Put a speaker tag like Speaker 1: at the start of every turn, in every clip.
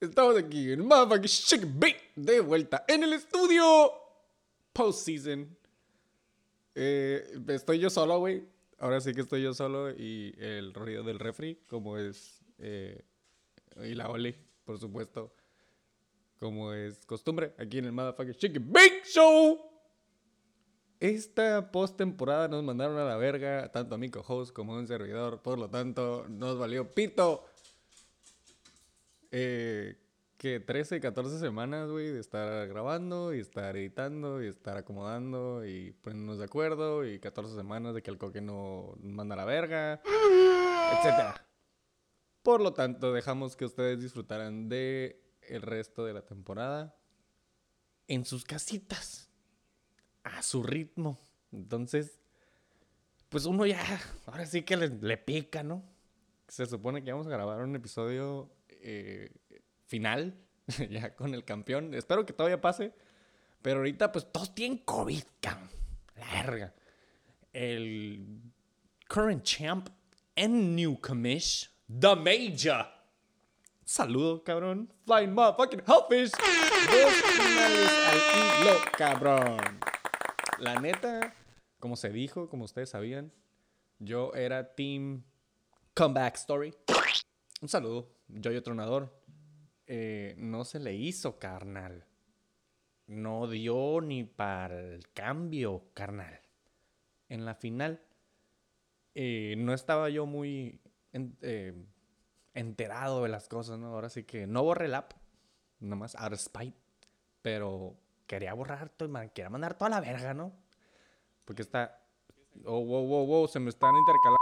Speaker 1: estamos aquí en Motherfucking Shake Bait de vuelta en el estudio postseason. Eh, estoy yo solo, güey. Ahora sí que estoy yo solo y el ruido del refri, como es. eh, y la Oli, por supuesto. Como es costumbre, aquí en el Motherfucking Shake Bait Show. Esta postemporada nos mandaron a la verga, tanto a mi co-host como a un servidor. Por lo tanto, nos valió pito. Eh, que 13, 14 semanas, güey, de estar grabando y estar editando y estar acomodando y poniéndonos de acuerdo y 14 semanas de que el coque no manda a la verga, etcétera. Por lo tanto, dejamos que ustedes disfrutaran de el resto de la temporada en sus casitas, a su ritmo. Entonces, pues uno ya, ahora sí que le, le pica, ¿no? Se supone que vamos a grabar un episodio eh, final, ya con el campeón. Espero que todavía pase, pero ahorita pues todos tienen COVID, cabrón. La verga. El current champ and new commish, The Major. Saludo, cabrón. Flying motherfucking hellfish. Dos finales al hilo, cabrón. La neta, como se dijo, como ustedes sabían, yo era team comeback story. Un saludo, Yoyo Tronador. Eh, no se le hizo, carnal. No dio ni para el cambio, carnal. En la final, eh, no estaba yo muy en- eh, enterado de las cosas, ¿no? Ahora sí que no borré el app, nomás out of spite, pero quería borrar todo, y man- quería mandar toda la verga, ¿no? Porque está... Oh, wow, wow, wow, se me están intercalando.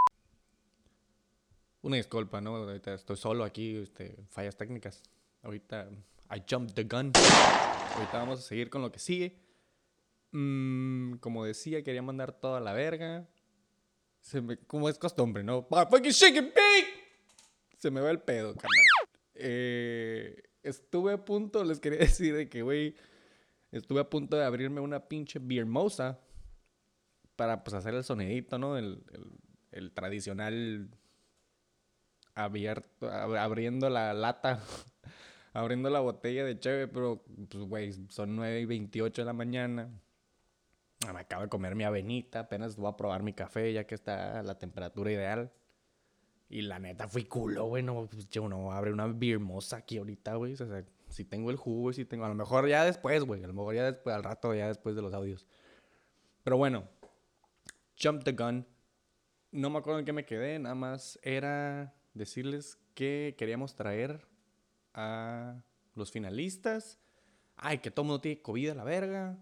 Speaker 1: Una disculpa, ¿no? Ahorita estoy solo aquí, este, fallas técnicas. Ahorita I jumped the gun. Ahorita vamos a seguir con lo que sigue. Mm, como decía, quería mandar toda la verga. Se me- como es costumbre, ¿no? Motherfucking shake it big. Se me va el pedo, carnal. Eh, estuve a punto, les quería decir de que, güey, estuve a punto de abrirme una pinche biermosa para pues hacer el sonidito, ¿no? El- el, el tradicional abierto, ab- abriendo la lata, abriendo la botella de cheve, pero, pues, güey, son 9 y 28 de la mañana. Ah, Me acabo de comer mi avenita, apenas voy a probar mi café ya que está a la temperatura ideal. Y la neta fui culo, güey, no, pues, yo no abre una birmosa aquí ahorita, güey. O sea, si tengo el jugo, si tengo, a lo mejor ya después, güey, a lo mejor ya después, al rato, ya después de los audios. Pero bueno, jump the gun, no me acuerdo en qué me quedé, nada más era decirles que queríamos traer a los finalistas. Ay, que todo mundo tiene COVID a la verga.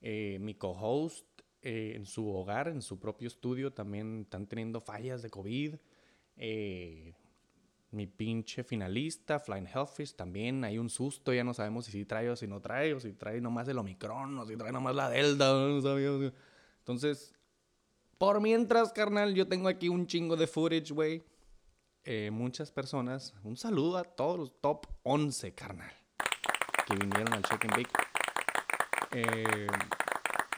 Speaker 1: Eh, mi co-host eh, en su hogar, en su propio estudio, también están teniendo fallas de COVID. Eh, mi pinche finalista, Flying Hellfish, también hay un susto, ya no sabemos si sí trae o si no trae, o si trae nomás el Omicron, o si trae nomás la Delta, no sabíamos. Entonces, por mientras, carnal, yo tengo aquí un chingo de footage, güey. Eh, muchas personas. Un saludo a todos los top 11, carnal. Que vinieron al Check and Bake. Eh,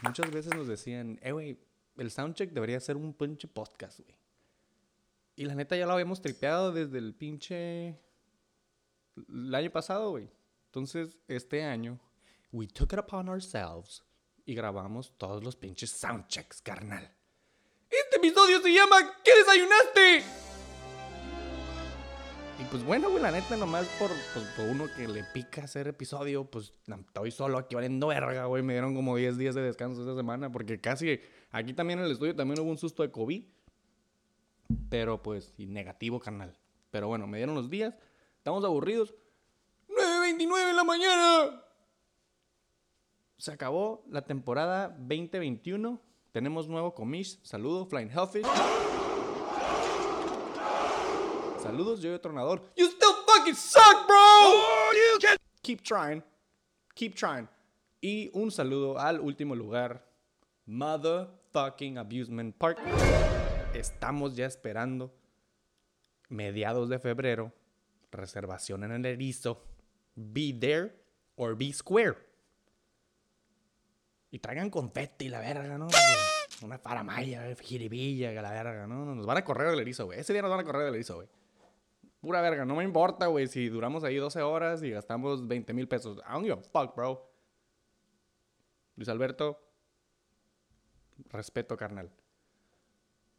Speaker 1: muchas veces nos decían, eh, güey, el soundcheck debería ser un pinche podcast, güey. Y la neta ya lo habíamos tripeado desde el pinche... El año pasado, güey. Entonces, este año, we took it upon ourselves y grabamos todos los pinches soundchecks, carnal. Este episodio se llama ¿Qué desayunaste? Y pues bueno, güey, la neta, nomás por, pues, por uno que le pica hacer episodio, pues na- estoy solo aquí valiendo verga, güey. Me dieron como 10 días de descanso esta semana porque casi aquí también en el estudio también hubo un susto de COVID. Pero pues, y negativo, carnal. Pero bueno, me dieron los días. Estamos aburridos. 9.29 en la mañana se acabó la temporada 2021. Tenemos nuevo comish. Saludos, Flying Hellfish. Saludos, yo Tronador. You still fucking suck, bro! Keep trying. Keep trying. Y un saludo al último lugar, Motherfucking Abusement Park. Estamos ya esperando mediados de febrero. Reservación en el erizo. Be there or be square. Y traigan confeti y la verga, ¿no? Porque Una faramaya, jiribilla, que la verga, ¿no? Nos van a correr del erizo, güey. Ese día nos van a correr del erizo, güey. Pura verga, no me importa, güey, si duramos ahí 12 horas y gastamos 20 mil pesos. I don't give a fuck, bro. Luis Alberto, respeto, carnal.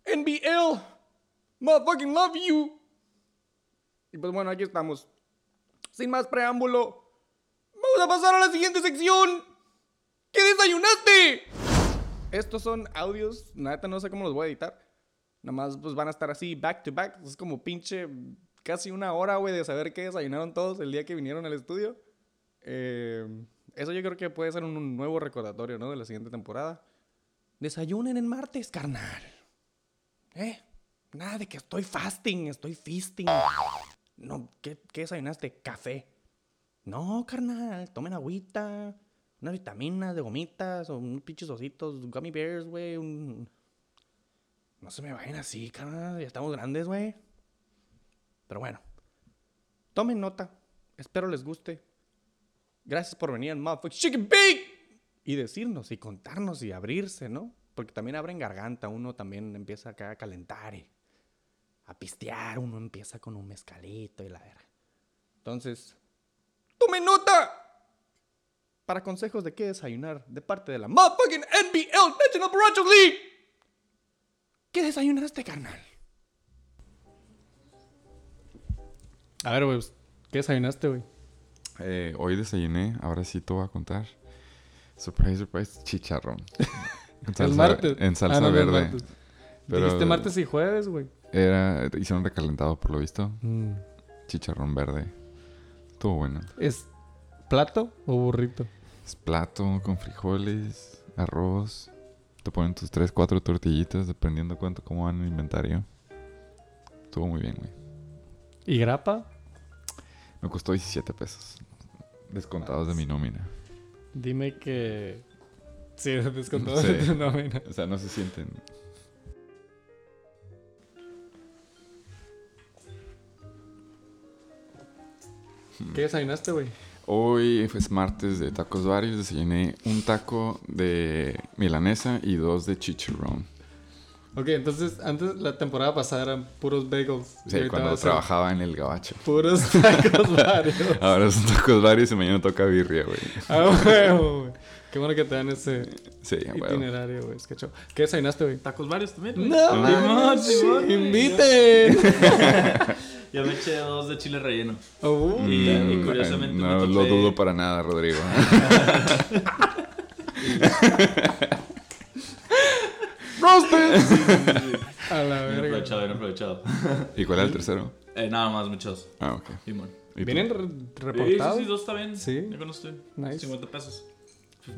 Speaker 1: NBL, motherfucking love you. Y pues bueno, aquí estamos. Sin más preámbulo, vamos a pasar a la siguiente sección. ¿Qué desayunaste? Estos son audios, neta no sé cómo los voy a editar. Nada más pues van a estar así back to back, es como pinche casi una hora, güey, de saber qué desayunaron todos el día que vinieron al estudio. Eh, eso yo creo que puede ser un nuevo recordatorio, ¿no? De la siguiente temporada. Desayunen en martes, carnal. ¿Eh? Nada de que estoy fasting, estoy feasting. No, ¿qué, qué desayunaste? Café. No, carnal, tomen agüita, unas vitaminas de gomitas o unos pinches ositos, gummy bears, güey, un... No se me vayan así, carnal, ya estamos grandes, güey. Pero bueno, tomen nota, espero les guste. Gracias por venir al Motherfucking Chicken Bake y decirnos y contarnos y abrirse, ¿no? Porque también abren garganta, uno también empieza acá a calentar y a pistear, uno empieza con un mezcalito y la verga. Entonces, ¡Tome nota! Para consejos de qué desayunar de parte de la motherfucking NBL National Borracho League. ¿Qué desayunaste, carnal? A ver, güey, pues, ¿qué desayunaste, güey?
Speaker 2: Eh, hoy desayuné, ahora sí te voy a contar. Surprise, surprise, chicharrón. En salsa,
Speaker 1: el martes.
Speaker 2: En salsa
Speaker 1: Ah, no, no, el
Speaker 2: verde.
Speaker 1: martes.
Speaker 2: Pero-
Speaker 1: Dijiste martes y jueves, güey.
Speaker 2: Era, hicieron recalentado por lo visto.
Speaker 1: Mm.
Speaker 2: Chicharrón verde. Estuvo bueno.
Speaker 1: ¿Es plato o burrito?
Speaker 2: Es plato con frijoles, arroz. Te ponen tus 3, 4 tortillitas dependiendo cuánto cómo van en el inventario. Estuvo muy bien, güey.
Speaker 1: ¿Y grapa?
Speaker 2: Me costó 17 pesos. Descontados de mi nómina.
Speaker 1: Dime que... Sí, descontado
Speaker 2: Sí.
Speaker 1: de tu nómina.
Speaker 2: O sea, no se sienten.
Speaker 1: ¿Qué desayunaste, güey?
Speaker 2: Hoy es martes de tacos varios. Desayuné un taco de milanesa y dos de chicharrón.
Speaker 1: Ok, entonces antes la temporada pasada eran puros bagels.
Speaker 2: O sea,
Speaker 1: Y ahorita va
Speaker 2: cuando
Speaker 1: a ser
Speaker 2: trabajaba en el gabacho.
Speaker 1: Puros tacos varios.
Speaker 2: Ahora son tacos varios y mañana toca birria, güey.
Speaker 1: Ah, huevo, güey. Qué bueno que te dan ese
Speaker 2: Sí, güey.
Speaker 1: itinerario, güey. Es que chavo. ¿Qué desayunaste, güey?
Speaker 3: Tacos varios también, güey.
Speaker 1: No, Simón,
Speaker 2: mames,
Speaker 3: Simón, güey.
Speaker 1: invite.
Speaker 3: Yo me eché dos de chile relleno.
Speaker 1: Oh,
Speaker 3: Y- y curiosamente me
Speaker 2: Mm, eh, no
Speaker 3: topé-
Speaker 2: lo dudo para nada, Rodrigo.
Speaker 1: roasted. A la
Speaker 3: Bien
Speaker 1: verga.
Speaker 3: aprovechado, bien aprovechado.
Speaker 2: ¿Y cuál era el tercero?
Speaker 3: Eh, nada más, muchos.
Speaker 2: Ah, ok.
Speaker 3: Simón.
Speaker 2: ¿Y tú?
Speaker 1: ¿Vienen re-
Speaker 3: Sí, sí,
Speaker 1: reportados?
Speaker 3: sí, dos está bien.
Speaker 1: Sí.
Speaker 3: Ya con usted.
Speaker 1: Nice.
Speaker 3: 50 pesos.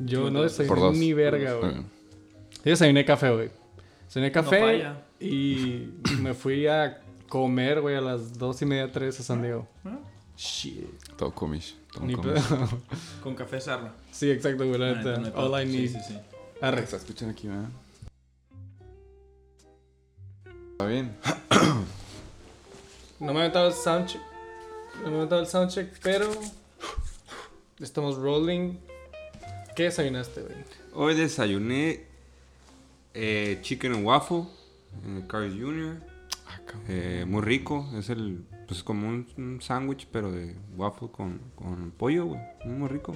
Speaker 1: Yo no
Speaker 2: Por dos.
Speaker 1: desayuné ni verga,
Speaker 2: Ok.
Speaker 1: güey. Yo desayuné café, güey. Desayuné café
Speaker 3: falla.
Speaker 1: y me fui a comer, güey, a las dos y media, tres a San Diego.
Speaker 3: Ah.
Speaker 1: Shit.
Speaker 2: Todo comish. Todo
Speaker 1: Ni
Speaker 2: comish.
Speaker 1: pedo.
Speaker 3: Con café sarra.
Speaker 1: Sí, exacto, güey. la
Speaker 3: Ah,
Speaker 1: neta.
Speaker 3: no hay pedo.
Speaker 1: All I need.
Speaker 3: Sí, sí, sí.
Speaker 1: Arre.
Speaker 2: Está escuchando Ah, aquí, ¿verdad? Está bien.
Speaker 1: No me he aventado el soundcheck. No me he aventado el soundcheck, pero. Estamos rolling. ¿Qué desayunaste, güey?
Speaker 4: Hoy desayuné eh, chicken and waffle en el Carl Jr. Eh, muy rico, es el pues como un, un sándwich pero de waffle con, con pollo, güey. Muy rico.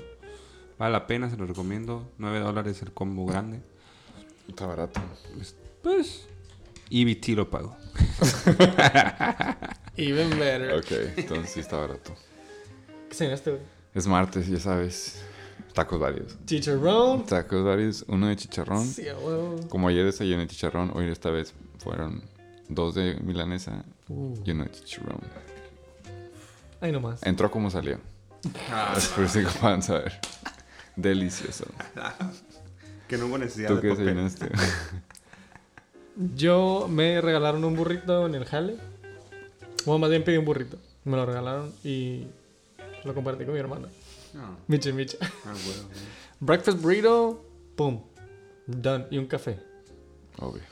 Speaker 4: Vale la pena, se lo recomiendo. 9 dólares el combo grande.
Speaker 2: Está barato.
Speaker 4: Pues EBT lo pago.
Speaker 1: Even better.
Speaker 2: Ok, entonces sí está barato.
Speaker 1: ¿Qué desayunaste, güey?
Speaker 2: Es martes, ya sabes. Tacos varios.
Speaker 1: Chicharrón.
Speaker 2: Tacos varios, uno de chicharrón.
Speaker 1: Sí, a huevo.
Speaker 2: Como ayer desayuné chicharrón, hoy esta vez fueron dos de milanesa
Speaker 1: Uh,
Speaker 2: y uno de chicharrón.
Speaker 1: ahí nomás.
Speaker 2: Entró como salió.
Speaker 4: Ah.
Speaker 2: Es por si van a saber. Delicioso.
Speaker 4: Que no hubo necesidad
Speaker 2: ¿Tú qué desayunaste?
Speaker 1: Yo me regalaron un burrito en el jale. Bueno, más bien pedí un burrito. Me lo regalaron y lo compartí con mi hermana.
Speaker 4: Ah,
Speaker 1: Miche, miche. Breakfast burrito, pum. Done. Y un café.
Speaker 2: Obvio.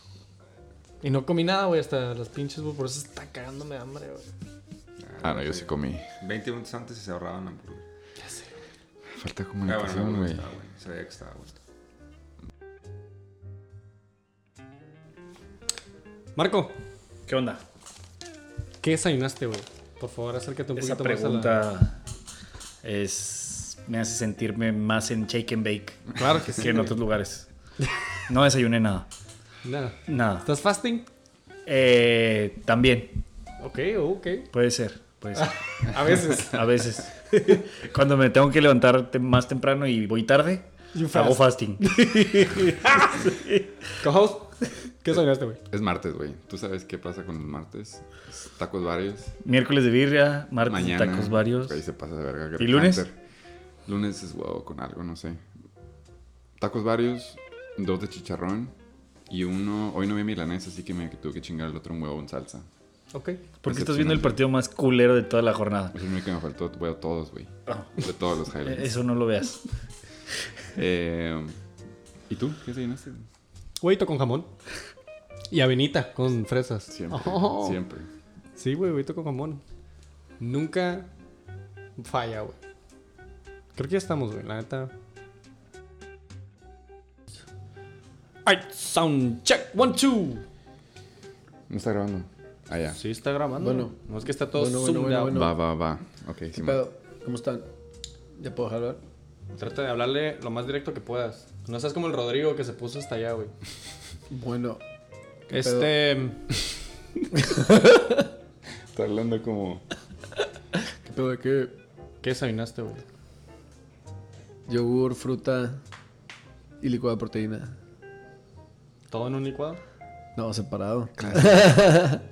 Speaker 1: Y no comí nada, güey, hasta las pinches, güey. Por eso está cagándome de hambre, güey.
Speaker 2: Ah, no, yo sí comí.
Speaker 4: 20 minutos antes y se ahorraban la hamburguesa.
Speaker 2: Falta
Speaker 4: Ah, bueno, la
Speaker 2: comunicación, güey.
Speaker 4: hamburguesa estaba buena, Sabía que estaba buena.
Speaker 1: Marco,
Speaker 3: ¿Qué onda?
Speaker 1: ¿qué desayunaste, güey?
Speaker 5: Por favor, acércate un
Speaker 1: Esa
Speaker 5: poquito más a la...
Speaker 1: pregunta es, me hace sentirme más en shake and bake
Speaker 5: Claro que
Speaker 1: que en otros lugares. No desayuné nada.
Speaker 5: Nada.
Speaker 1: Nada.
Speaker 5: ¿Estás fasting?
Speaker 1: Eh, también,
Speaker 5: Ok, ok.
Speaker 1: puede ser. Puede ser.
Speaker 5: A veces.
Speaker 1: A veces. Cuando me tengo que levantar tem- más temprano y voy tarde,
Speaker 5: You
Speaker 1: hago
Speaker 5: fast.
Speaker 1: fasting.
Speaker 5: Cojos, ¿qué
Speaker 6: este,
Speaker 5: soñaste, güey?
Speaker 2: Es martes, güey. Tú sabes qué pasa con los martes. Es Tacos varios.
Speaker 1: Miércoles de birria, martes de
Speaker 2: Mañana.
Speaker 1: tacos varios.
Speaker 2: Ahí se pasa de verga.
Speaker 1: ¿Y
Speaker 2: Greg
Speaker 1: lunes?
Speaker 2: Hunter. Lunes es huevo con algo, no sé. Tacos varios, dos de chicharrón y uno. Hoy no vi milanés, así que me tuve que chingar el otro un huevo en salsa.
Speaker 5: Ok.
Speaker 1: Porque estás viendo el partido más culero de toda la jornada.
Speaker 2: Eso es lo único que me faltó. Veo todos, güey. De todos los
Speaker 1: Eh,
Speaker 2: highlights.
Speaker 1: Eso no lo veas.
Speaker 2: Eh, ¿Y tú? ¿Qué desayunaste?
Speaker 5: Huevito con jamón. Y avenita con fresas.
Speaker 2: Siempre.
Speaker 5: Oh.
Speaker 2: Siempre.
Speaker 5: Sí, güey, huevito con jamón. Nunca falla, güey. Creo que ya estamos, güey, la neta. Alright, sound check, one, two.
Speaker 2: No está grabando. Ah, ya.
Speaker 6: Sí, está grabando.
Speaker 7: Bueno.
Speaker 6: no es que está todo
Speaker 7: Bueno, bueno,
Speaker 6: zoomed
Speaker 7: bueno,
Speaker 6: out.
Speaker 7: bueno.
Speaker 2: Va, va, va. Ok,
Speaker 7: ¿Qué
Speaker 2: sí,
Speaker 7: pedo? ¿Cómo están? ¿Ya puedo dejar hablar?
Speaker 6: Trata de hablarle lo más directo que puedas. No seas como el Rodrigo que se puso hasta allá, güey.
Speaker 7: Bueno,
Speaker 6: Este.
Speaker 2: Está hablando como.
Speaker 7: ¿qué pedo de qué?
Speaker 6: ¿Qué desayunaste, güey?
Speaker 7: Yogur, fruta y licuado de proteína.
Speaker 6: ¿Todo en un licuado?
Speaker 7: No, separado.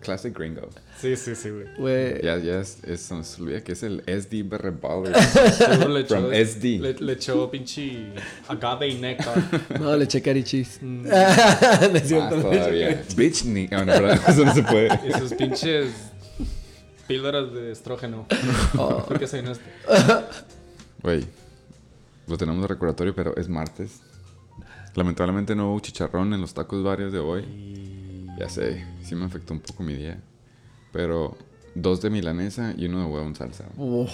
Speaker 2: Classic gringo.
Speaker 6: Sí, sí, sí, güey.
Speaker 7: Güey,
Speaker 2: Ya, ya, es, es, se nos olvida que es el SD Berre Baller.
Speaker 6: Seguro le echó.
Speaker 2: From SD.
Speaker 6: Le, le echó pinche agave y néctar.
Speaker 7: no, le eché cari cheese. No es
Speaker 2: Más
Speaker 7: cierto, no le eché
Speaker 2: Ah, todavía. Bitch ni. Ah, no, perdón, eso no se puede.
Speaker 6: y sus pinches píldoras de estrógeno.
Speaker 7: Oh.
Speaker 6: ¿Tú qué desayunaste?
Speaker 2: Güey, lo tenemos de recordatorio, pero es martes. Lamentablemente no hubo chicharrón en los tacos varios de hoy. Ya sé, sí me afectó un poco mi día. Pero dos de milanesa y uno de huevo en salsa. güey.
Speaker 7: Uf,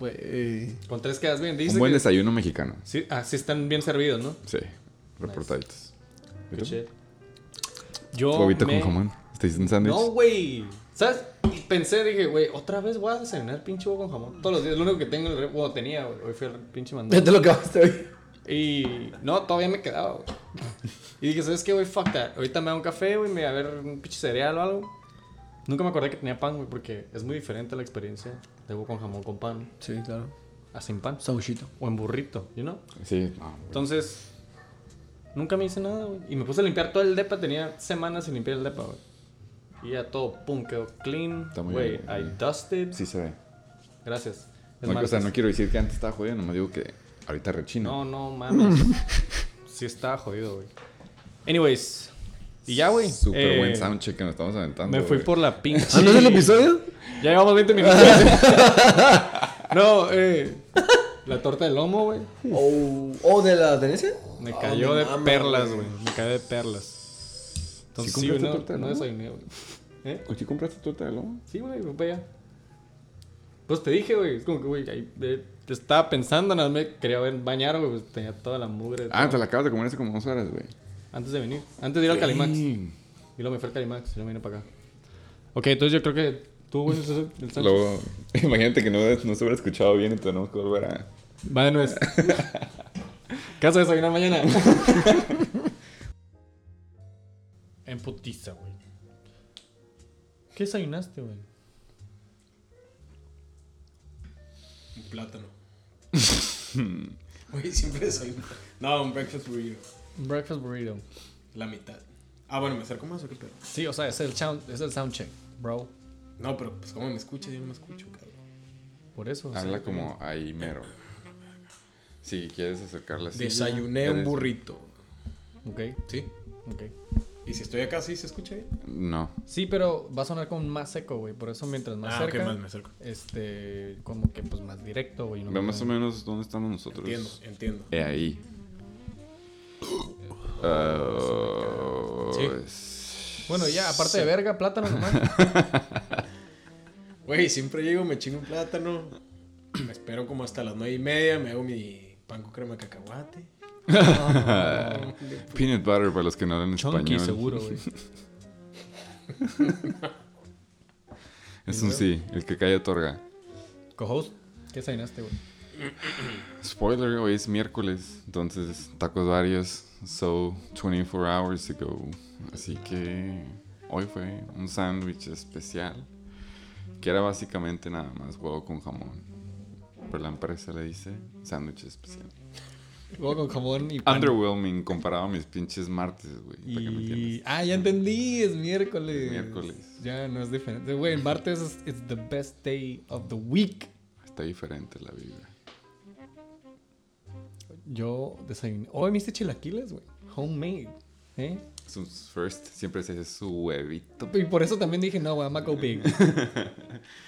Speaker 7: Güey.
Speaker 6: Con tres quedas bien.
Speaker 2: Un
Speaker 6: Uh, Dice
Speaker 2: buen
Speaker 6: que.
Speaker 2: desayuno mexicano.
Speaker 6: Sí, ah, sí están bien servidos, ¿no?
Speaker 2: Sí, reportaditos. ¿Y tú?
Speaker 6: Shit. Yo.
Speaker 2: Huevito
Speaker 6: me-
Speaker 2: con jamón. ¿Te hiciste un sándwich?
Speaker 6: No, güey. ¿Sabes? Y pensé, dije, güey, otra vez voy a desayunar pinche huevo con jamón. Todos los días. Lo único que tengo en el refri- Bueno, tenía, güey. Hoy fue el pinche
Speaker 7: Ya
Speaker 6: mandado.
Speaker 7: te lo acabaste hoy.
Speaker 6: Y no, todavía me quedaba, güey. Y dije, ¿sabes qué, güey? Fuck that. Ahorita me da un café, güey, me voy a ver un pinche cereal o algo. Nunca me acordé que tenía pan, güey, porque es muy diferente la experiencia de huevo con jamón con pan
Speaker 7: Sí, claro.
Speaker 6: a sin pan.
Speaker 7: Sabuchito.
Speaker 6: O en burrito, you know?
Speaker 2: Sí, no, güey.
Speaker 6: Entonces, nunca me hice nada, güey. Y me puse a limpiar todo el depa. Tenía semanas sin limpiar el depa, güey. Y ya todo, pum, quedó clean.
Speaker 2: Está muy
Speaker 6: Güey,
Speaker 2: bien,
Speaker 6: I
Speaker 2: güey.
Speaker 6: dusted.
Speaker 2: sí se ve.
Speaker 6: Gracias. Es
Speaker 2: No, o sea,
Speaker 6: martes.
Speaker 2: no quiero decir que antes estaba jodido, nomás digo que ahorita
Speaker 6: No,
Speaker 2: rechino.
Speaker 6: no, mames. sí estaba jodido, güey. Anyways. Y ya, güey.
Speaker 2: Súper
Speaker 6: eh,
Speaker 2: buen soundcheck que nos estamos aventando.
Speaker 6: Me fui
Speaker 2: güey.
Speaker 6: por la pinche.
Speaker 7: ¿Ah, no es el episodio?
Speaker 6: Ya llevamos 20 minutos. no, eh. La torta de lomo, güey.
Speaker 7: ¿O Oh, o de la tenencia?
Speaker 6: Me
Speaker 7: Ah,
Speaker 6: cayó
Speaker 7: mi
Speaker 6: de
Speaker 7: mamá,
Speaker 6: perlas,
Speaker 7: güey.
Speaker 6: güey. Me cayó de perlas. Entonces,
Speaker 2: ¿Sí
Speaker 6: sí,
Speaker 2: compraste
Speaker 6: no,
Speaker 2: torta de
Speaker 6: no
Speaker 2: lomo?
Speaker 6: desayuné, güey. ¿Eh?
Speaker 2: ¿Sí compraste torta de lomo?
Speaker 6: Sí, güey, voy para allá. Pues te dije, güey. Es como que, güey, ahí, eh, te estaba pensando, nada más me quería ver- bañar, güey. Pues tenía toda la mugre.
Speaker 2: Ah, te
Speaker 6: todo.
Speaker 2: la acabas de comer hace como dos horas, güey. Mm,
Speaker 6: Antes de venir. Antes de ir al Calimax. Y
Speaker 2: Sí.
Speaker 6: luego me fue al Calimax y luego vine para acá. Ok, entonces yo creo que tú, güey, el Sánchez.
Speaker 2: Luego, imagínate que no, no se hubiera escuchado bien y tenemos que volver a...
Speaker 6: Va de nuez. Caso de desayunar mañana. en putiza, güey. ¿Qué desayunaste, güey?
Speaker 3: Un plátano. Güey, siempre soy. No, un breakfast burrito.
Speaker 6: Breakfast burrito.
Speaker 3: La mitad. Ah, bueno, ¿me acerco más o qué pedo?
Speaker 6: Sí, o sea, es el, sound, es el soundcheck, bro.
Speaker 3: No, pero pues como me escucha, yo no me escucho, cabrón.
Speaker 6: Por eso. o sea,
Speaker 2: Habla como ahí mero. Si quieres acercarla así.
Speaker 3: Desayuné un burrito.
Speaker 6: Ok,
Speaker 3: ¿Sí?
Speaker 6: ok.
Speaker 3: Y si estoy acá, sí se escucha bien.
Speaker 2: No.
Speaker 6: Sí, pero va a sonar como más seco, güey. Por eso mientras más
Speaker 3: ah,
Speaker 6: cerca,
Speaker 3: ok, más me acerco.
Speaker 6: este, como que pues más directo, güey. no
Speaker 2: Ve más o
Speaker 6: como-
Speaker 2: menos dónde estamos nosotros.
Speaker 3: Entiendo, entiendo.
Speaker 2: He ahí.
Speaker 3: Sí.
Speaker 2: Ah,
Speaker 6: Bueno, ya, aparte de verga, plátano nomás.
Speaker 3: Güey, siempre llego, me chingo un plátano. Me espero como hasta las nueve y media, me hago mi pan con crema de cacahuate.
Speaker 2: Peanut butter para los que no hablan
Speaker 6: Chunky,
Speaker 2: español.
Speaker 6: seguro, güey.
Speaker 2: Es un sí, el que cae otorga.
Speaker 6: ¿Cohost? ¿Qué cenaste, güey?
Speaker 2: Spoiler, hoy es miércoles, entonces tacos varios, so 24 hours ago. Así que hoy fue un sándwich especial, que era básicamente nada más huevo con jamón. Pero la empresa le dice sándwich especial.
Speaker 6: Huevo con jamón y pan.
Speaker 2: Underwhelming comparado a mis pinches martes, güey. para que me entiendas.
Speaker 6: Y... Ah, ya entendí, es miércoles.
Speaker 2: Miércoles.
Speaker 6: Ya no es diferente. Güey, el martes es it's the best day of the week.
Speaker 2: Está diferente la vibra.
Speaker 6: Yo desayuné. Hoy me hice chilaquiles, güey. Homemade. ¿Eh?
Speaker 2: Sus first siempre se hace su huevito.
Speaker 6: Y por eso también dije, no, güey, I'm gonna go big.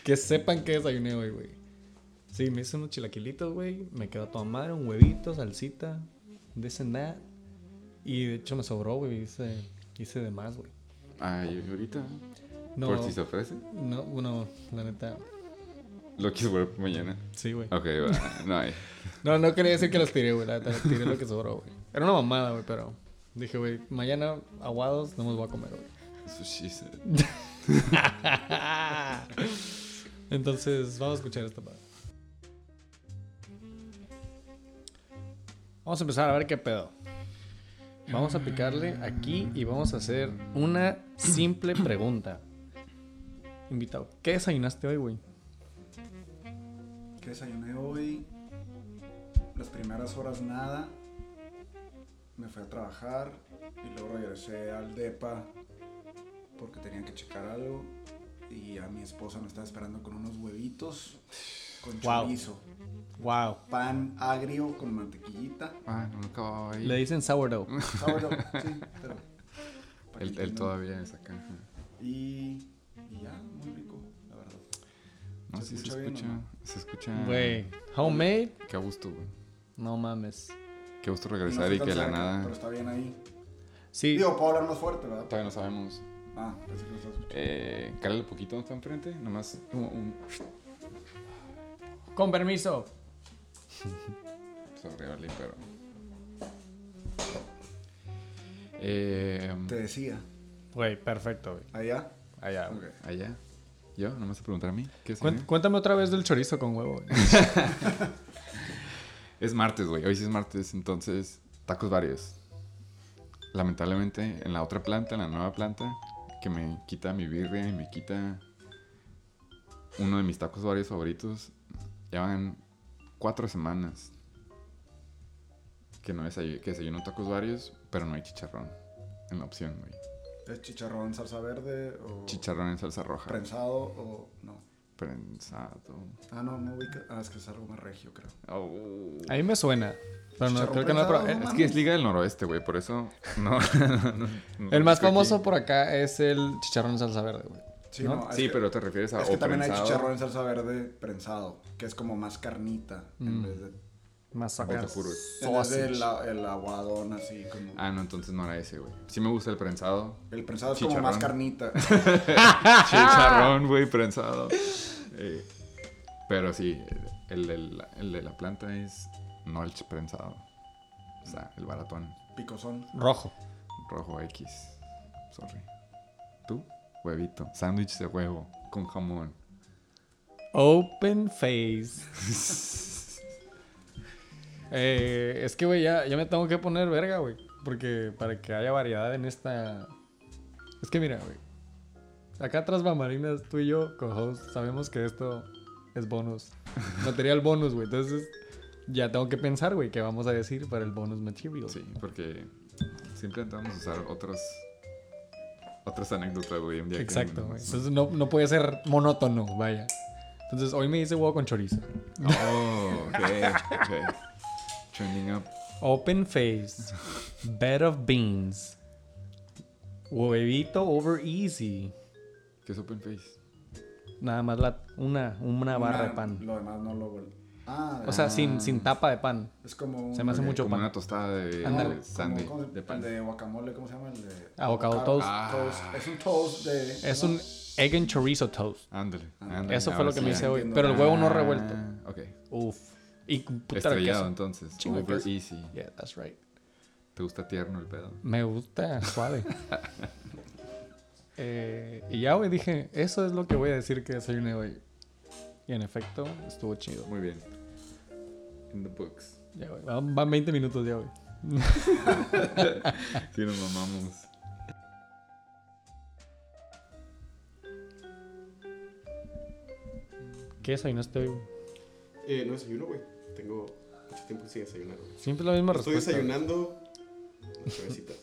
Speaker 6: que sepan que desayuné hoy, güey. Sí, me hice unos chilaquilitos, güey. Me quedó a toda madre, un huevito, salsita, this and that. Y de hecho me sobró, güey. Hice, hice de más, güey.
Speaker 2: Ay, ahorita.
Speaker 6: No,
Speaker 2: Por si se ofrece.
Speaker 6: no, no, la neta.
Speaker 2: Lo quieres volver para mañana.
Speaker 6: Sí, güey.
Speaker 2: Ok, va. No hay.
Speaker 6: No, no quería decir que los tiré, güey. La neta, tiré lo que sobró, güey. Era una mamada, güey, pero dije, güey, mañana aguados no me los voy a comer, güey.
Speaker 2: Sushi. se-
Speaker 6: Entonces, vamos a escuchar esta parte. Vamos a empezar a ver qué pedo. Vamos a picarle aquí y vamos a hacer una simple pregunta. Invitado, ¿qué desayunaste hoy, güey?
Speaker 3: que desayuné hoy. Las primeras horas nada. Me fui a trabajar y luego regresé al DEPA porque tenía que checar algo. Y a mi esposa me estaba esperando con unos huevitos con
Speaker 6: Wow.
Speaker 3: chorizo,
Speaker 6: Wow.
Speaker 3: pan agrio con mantequillita.
Speaker 2: Ah, no, no acababa ahí.
Speaker 6: Le dicen sourdough.
Speaker 3: Sourdough, sí, pero. para que
Speaker 2: Él, él
Speaker 3: entiendan.
Speaker 2: todavía es acá. ajá.
Speaker 3: Y, y ya, muy rico, la verdad.
Speaker 2: No,
Speaker 3: ¿Se
Speaker 2: sí se
Speaker 3: escucha bien o
Speaker 2: escucha.
Speaker 3: no?
Speaker 2: Se escucha.
Speaker 6: Güey, homemade.
Speaker 2: Qué gusto, güey.
Speaker 6: No mames.
Speaker 2: Qué gusto
Speaker 3: No
Speaker 2: regresar
Speaker 3: fue
Speaker 2: y
Speaker 3: tan
Speaker 2: que de la
Speaker 3: cerca,
Speaker 2: nada.
Speaker 3: Pero está bien ahí.
Speaker 6: Sí,
Speaker 3: Digo, puedo hablar más fuerte, ¿verdad?
Speaker 2: Todavía no sabemos.
Speaker 3: Ah, pensé que lo estaba escuchando.
Speaker 2: Eh, cálale poquito donde está enfrente. Nomás uh, como un.
Speaker 6: con permiso.
Speaker 2: Sobre vale, pero. Eh,
Speaker 3: Te decía,
Speaker 6: Güey, perfecto, güey.
Speaker 3: allá.
Speaker 6: Allá, güey.
Speaker 3: Ok.
Speaker 2: allá. ¿Yo? ¿Nomás a preguntar a mí? ¿Qué
Speaker 6: Cuen-
Speaker 2: desayuné?
Speaker 6: Cuéntame otra vez del chorizo con huevo. güey.
Speaker 2: Es martes, güey. Hoy sí es martes, entonces tacos varios. Lamentablemente, en la otra planta, en la nueva planta, que me quita mi birria y me quita uno de mis tacos varios favoritos, llevan cuatro semanas que no desayu- que desayuno tacos varios, pero no hay chicharrón en la opción, güey.
Speaker 3: ¿Es chicharrón salsa verde o
Speaker 2: Chicharrón en salsa roja.
Speaker 3: prensado o no?
Speaker 2: Prensado.
Speaker 3: Ah, no, no ubica. Ah, es que es algo más regio, creo.
Speaker 2: Oh.
Speaker 6: A mí me suena. Pero no,
Speaker 3: Chicharrón
Speaker 6: creo que no he
Speaker 3: prensado,
Speaker 6: probado.
Speaker 3: no
Speaker 6: Eh,
Speaker 2: Es que es Liga del Noroeste, güey, por eso no.
Speaker 6: El más
Speaker 2: es que aquí-
Speaker 6: famoso por acá es el chicharrón en salsa verde, güey.
Speaker 3: Sí,
Speaker 6: ¿No?
Speaker 3: no, Ah, es
Speaker 2: Sí,
Speaker 3: que-
Speaker 2: pero te refieres a
Speaker 3: Es que
Speaker 2: o
Speaker 3: también hay
Speaker 2: prensado,
Speaker 3: chicharrón en salsa verde prensado, que es como más carnita
Speaker 2: Mm.
Speaker 3: en vez de, en
Speaker 6: Más
Speaker 2: o te
Speaker 6: sacar
Speaker 2: juro.
Speaker 3: vez de
Speaker 6: sausage.
Speaker 3: la- el aguadón así como.
Speaker 2: Ah, no, entonces no era ese, güey. Sí me gusta el prensado.
Speaker 3: El prensado es como más carnita.
Speaker 2: Chicharrón, güey, prensado. Eh, pero sí, el, de la- el de la planta es no el ch- prensado. O sea, el baratón
Speaker 3: Picosón.
Speaker 6: Rojo.
Speaker 2: rojo X. Sorry. ¿Tú? Huevito. Sándwich de huevo con jamón.
Speaker 6: Open face. Eh, es que, güey, ya, ya me tengo que poner verga, güey. Porque para que haya variedad en esta. Es que mira, güey. Acá atrás, bambalinas, tú y yo, co-host, sabemos que esto es bonus. Material bonus, güey. Entonces, ya tengo que pensar, güey, qué vamos a decir para el bonus material.
Speaker 2: Sí, porque siempre intentamos usar otros. Otras anécdotas, güey. un día que-
Speaker 6: Exacto, güey. Entonces, no, no puede ser monótono, vaya. Entonces, hoy me hice huevo con chorizo.
Speaker 2: Oh, ok, ok. Trending up.
Speaker 6: Open face, bed of beans, huevito over easy.
Speaker 2: ¿Qué es Open Face?
Speaker 6: Nada más la, una, una barra de
Speaker 3: Nah,
Speaker 6: pan.
Speaker 3: Lo demás no lo vuelvo. Ah,
Speaker 6: O sea, sin, sin tapa de pan.
Speaker 3: es como un.
Speaker 6: Se me hace
Speaker 2: Ok,
Speaker 6: mucho
Speaker 2: Eh, como
Speaker 6: pan.
Speaker 2: una tostada de
Speaker 6: Ándale.
Speaker 2: de
Speaker 3: como,
Speaker 2: sándwich
Speaker 3: ¿cómo se-
Speaker 2: de
Speaker 3: el
Speaker 2: pan.
Speaker 3: de guacamole, ¿cómo se llama? El de
Speaker 6: Avocado toast.
Speaker 3: toast. Es un toast de.
Speaker 6: Es un egg and chorizo toast.
Speaker 2: Ándale,
Speaker 3: Ándale.
Speaker 2: ándale,
Speaker 6: Eso fue
Speaker 2: ahora
Speaker 6: lo que me
Speaker 2: sí.
Speaker 6: hice hoy.
Speaker 3: entiendo.
Speaker 6: Pero el huevo no
Speaker 2: Ah,
Speaker 6: revuelto.
Speaker 2: Ok.
Speaker 6: Uf. Y puta de
Speaker 2: Estrellado
Speaker 6: queso.
Speaker 2: entonces.
Speaker 6: Chingo de
Speaker 2: Over
Speaker 6: queso.
Speaker 2: easy.
Speaker 6: Yeah, that's right.
Speaker 2: ¿Te gusta tierno el pedo?
Speaker 6: Me gusta, suave. Eh, y ya, güey, dije, eso es lo que voy a decir que desayuné hoy. Y en efecto, estuvo chido.
Speaker 2: Muy bien. In the books.
Speaker 6: Ya, güey, Van, van 20 minutos ya, güey.
Speaker 2: Sí, nos mamamos.
Speaker 6: ¿Qué desayunaste hoy? güey?
Speaker 8: Eh, no desayuno, güey. Tengo mucho tiempo sin desayunar. güey.
Speaker 6: Siempre la misma
Speaker 8: Estoy
Speaker 6: respuesta. güey.
Speaker 8: desayunando cervecitas.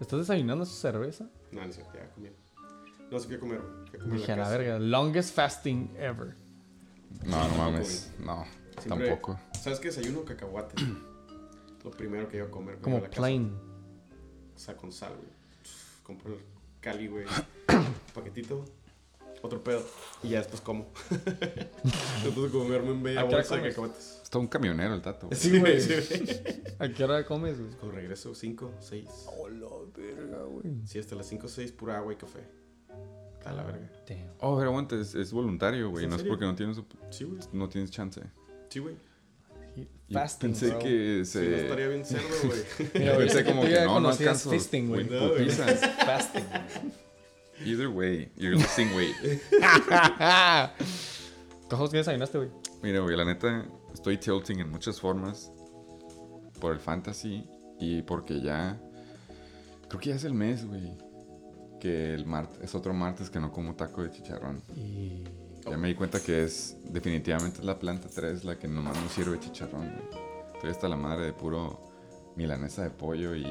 Speaker 6: ¿Estás desayunando su cerveza?
Speaker 8: no, no es cierto, ya comí. No sé qué comer, güey. Qué comer en
Speaker 6: Dije, a la
Speaker 8: casa.
Speaker 6: verga, longest fasting ever.
Speaker 2: No, no mames. No,
Speaker 8: Siempre-
Speaker 2: tampoco.
Speaker 8: ¿Sabes qué desayuno? Cacahuates. Lo primero que yo comer. güey,
Speaker 6: Como
Speaker 8: a la casa.
Speaker 6: plain.
Speaker 8: O sea, con sal, güey. Compro el cali, güey. paquetito. Otro pedo. Y ya después como. después de comerme un bella
Speaker 6: ¿A qué hora
Speaker 8: bolsa de
Speaker 6: comes?
Speaker 8: cacahuates.
Speaker 2: Está un camionero el tato. güey.
Speaker 8: Sí, güey. sí, güey.
Speaker 6: ¿A qué hora comes, güey?
Speaker 8: Con regreso, 5, 6.
Speaker 6: Hola, verga, güey.
Speaker 8: Sí, hasta las 5 o 6, pura agua y café. A la verga.
Speaker 6: Damn.
Speaker 2: Oh, pero aguanta, es, es voluntario, güey.
Speaker 8: ¿En
Speaker 2: No es
Speaker 8: serio?
Speaker 2: porque no tienes, op-
Speaker 8: Sí, güey.
Speaker 2: no tienes chance.
Speaker 8: Sí, güey.
Speaker 2: Yo
Speaker 6: Fasting,
Speaker 2: pensé
Speaker 6: bro.
Speaker 2: que
Speaker 8: Sí, no
Speaker 2: se...
Speaker 8: estaría bien cerdo, güey.
Speaker 6: Mira,
Speaker 2: pensé
Speaker 6: viste que
Speaker 2: como
Speaker 6: tú
Speaker 2: que
Speaker 6: ya
Speaker 2: no, no
Speaker 6: conocías
Speaker 2: alcanzo,
Speaker 6: fisting, güey.
Speaker 2: güey.
Speaker 8: No, güey.
Speaker 2: Putizas.
Speaker 6: Fasting.
Speaker 2: Either way, you're losing weight.
Speaker 6: ¿Cómo que Ah. desayunaste, güey?
Speaker 2: Mira, güey, la neta, estoy tilting en muchas formas. Por el fantasy y porque ya. Creo que ya es el mes, güey. Que el martes. Es otro martes que no como taco de chicharrón. Ya me di cuenta que es. Definitivamente es la planta 3 la que nomás no sirve chicharrón, güey. Estoy hasta la madre de puro milanesa de pollo y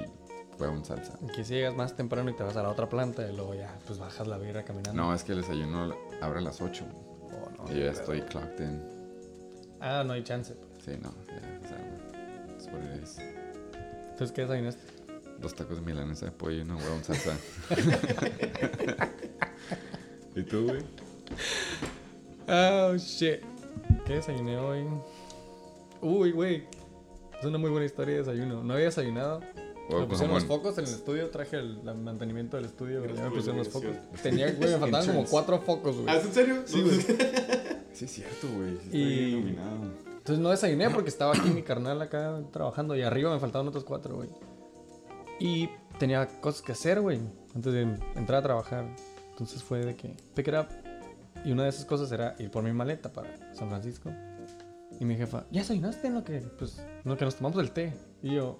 Speaker 2: huevo en salsa.
Speaker 6: Que si llegas más temprano y te vas a la otra planta y luego ya, pues bajas la birra caminando.
Speaker 2: No, es que el desayuno abre a las 8.
Speaker 6: Oh, no.
Speaker 2: Y yo ya estoy clocked in.
Speaker 6: Ah, no hay chance. pues.
Speaker 2: Sí, no, ya, o sea, güey, it's what it is.
Speaker 6: Entonces, ¿qué desayunaste?
Speaker 2: Dos tacos de milanesa de pollo y una huevo en salsa. ¿Y tú, güey?
Speaker 6: Oh, shit. ¿Qué desayuné hoy? Uy, güey. Es una muy buena historia de desayuno. No había desayunado.
Speaker 2: Huevo
Speaker 6: me pusieron
Speaker 2: con
Speaker 6: pues los
Speaker 2: jamón.
Speaker 6: focos en el estudio. Traje el, la- mantenimiento del estudio. güey, Ya
Speaker 8: por
Speaker 6: me
Speaker 8: la
Speaker 6: pusieron los focos.
Speaker 8: iluminación.
Speaker 6: Tenía, güey, me faltaban como cuatro focos, güey.
Speaker 8: ¿Ah, es en serio? Sí, güey.
Speaker 2: Sí, es cierto, güey. Sí,
Speaker 6: Y- Entonces no desayuné porque estaba aquí mi carnal acá trabajando y arriba me faltaban otros cuatro, güey. Y tenía cosas que hacer, güey, antes de entrar a trabajar. Entonces fue de que pick it up. Y una de esas cosas era ir por mi maleta para San Francisco. Y mi jefa, ¿ya desayunaste en lo que, pues, en lo que nos tomamos el té? Y yo,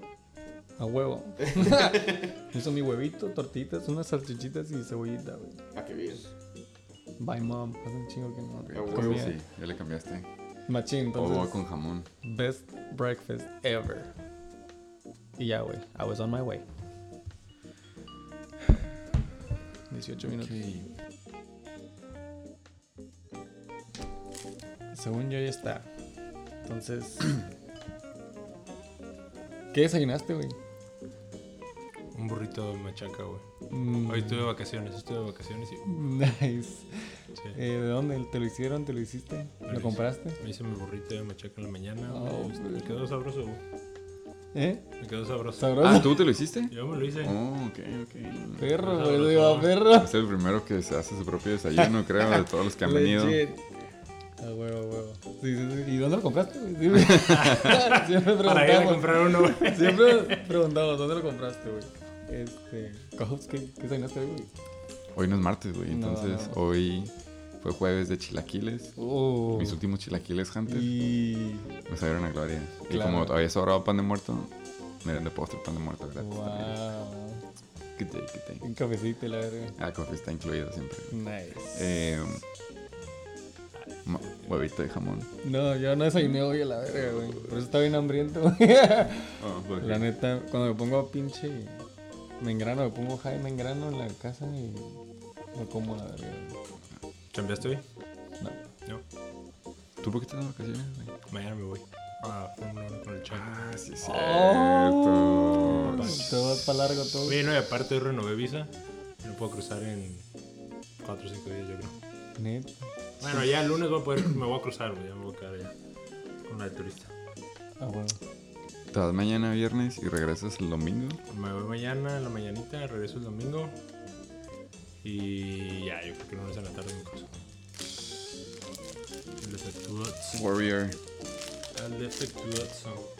Speaker 6: a huevo. Hizo mi huevito, tortitas, unas salchichitas y cebollita, güey.
Speaker 8: Ah, qué bien.
Speaker 6: Bye, mom. Hace un chingo que no.
Speaker 8: A huevo, Oh,
Speaker 6: comía.
Speaker 2: Pues sí, ya le cambiaste.
Speaker 6: Machín,
Speaker 2: O
Speaker 6: entonces.
Speaker 2: huevo con jamón.
Speaker 6: Best breakfast ever. Y ya, güey. I was on my way. 18 minutos. Según yo, ya está. Entonces. ¿Qué desayunaste, güey?
Speaker 3: Un burrito de machaca, güey.
Speaker 6: Mm.
Speaker 3: Hoy estuve de vacaciones, estuve de vacaciones y
Speaker 6: Nice.
Speaker 3: sí,
Speaker 6: Eh, ¿De dónde? ¿Te lo hicieron? ¿Te lo hiciste? ¿Lo
Speaker 3: hice.
Speaker 6: compraste?
Speaker 3: me hice mi burrito de machaca en la mañana.
Speaker 6: Oh,
Speaker 3: güey,
Speaker 8: Ah,
Speaker 3: me
Speaker 6: güey.
Speaker 3: quedó sabroso, güey.
Speaker 6: ¿Eh?
Speaker 3: Me quedó sabroso.
Speaker 2: Ah,
Speaker 6: ¿Sabroso?
Speaker 2: ¿tú te lo hiciste?
Speaker 3: Yo me lo hice.
Speaker 2: Oh, ok, ok.
Speaker 6: Perro,
Speaker 3: sabroso.
Speaker 6: güey. Digo, perro.
Speaker 2: Es el primero que se hace su propio desayuno, creo, de todos los que han venido.
Speaker 6: Legit. A Ah, huevo, a huevo. Sí, sí, sí. ¿Y dónde lo compraste? güey? Sí, güey. siempre
Speaker 3: Para ir a
Speaker 6: preguntamos.
Speaker 3: comprar uno, güey.
Speaker 6: Siempre preguntamos, ¿dónde lo compraste, güey? Este. Cojos, ¿qué, qué cenaste, güey?
Speaker 2: Hoy no es martes, güey.
Speaker 6: No,
Speaker 2: Entonces,
Speaker 6: no.
Speaker 2: hoy fue jueves de chilaquiles.
Speaker 6: Oh.
Speaker 2: Mis últimos chilaquiles, Hunter.
Speaker 6: Y.
Speaker 2: Me salieron a gloria. Y
Speaker 6: Claro.
Speaker 2: como había sobrado pan de muerto, me dieron de postre pan de muerto gratis también.
Speaker 6: Wow.
Speaker 2: Good day, good day.
Speaker 6: Ah, Un cafecito, y la verga.
Speaker 2: Ah, coffee está incluido siempre.
Speaker 6: Nice.
Speaker 2: Eh, ma- huevito de jamón.
Speaker 6: No, yo no desayuné hoy a la verga, güey. Por eso estaba bien hambriento, güey.
Speaker 2: Ah,
Speaker 6: La neta, cuando me pongo pinche. Me engrano, me pongo high, me engrano en la casa y. No como la verga. güey.
Speaker 3: ¿Chambiaste hoy?
Speaker 6: No.
Speaker 3: No.
Speaker 2: ¿Tú por qué estás de vacaciones, güey?
Speaker 3: Mañana me voy. Ah, Fórmula 1 con el chango.
Speaker 2: Sí, es
Speaker 6: Oh,
Speaker 2: cierto.
Speaker 6: Te vas para largo todo.
Speaker 3: Oye, no, y aparte hoy renové visa. No puedo cruzar en 4 o 5 días, yo creo.
Speaker 6: Neta.
Speaker 3: Bueno, ya el lunes voy a poder, me voy a cruzar, güey. Ya me voy a quedar allá con la de turista.
Speaker 6: Ah, bueno.
Speaker 2: Te vas mañana viernes y regresas el domingo.
Speaker 3: Me voy mañana en la mañanita, regreso el domingo. Y ya, yo creo que el lunes en la tarde me cruzo. Los actúos.
Speaker 2: Warrior.
Speaker 3: Al defectuoso.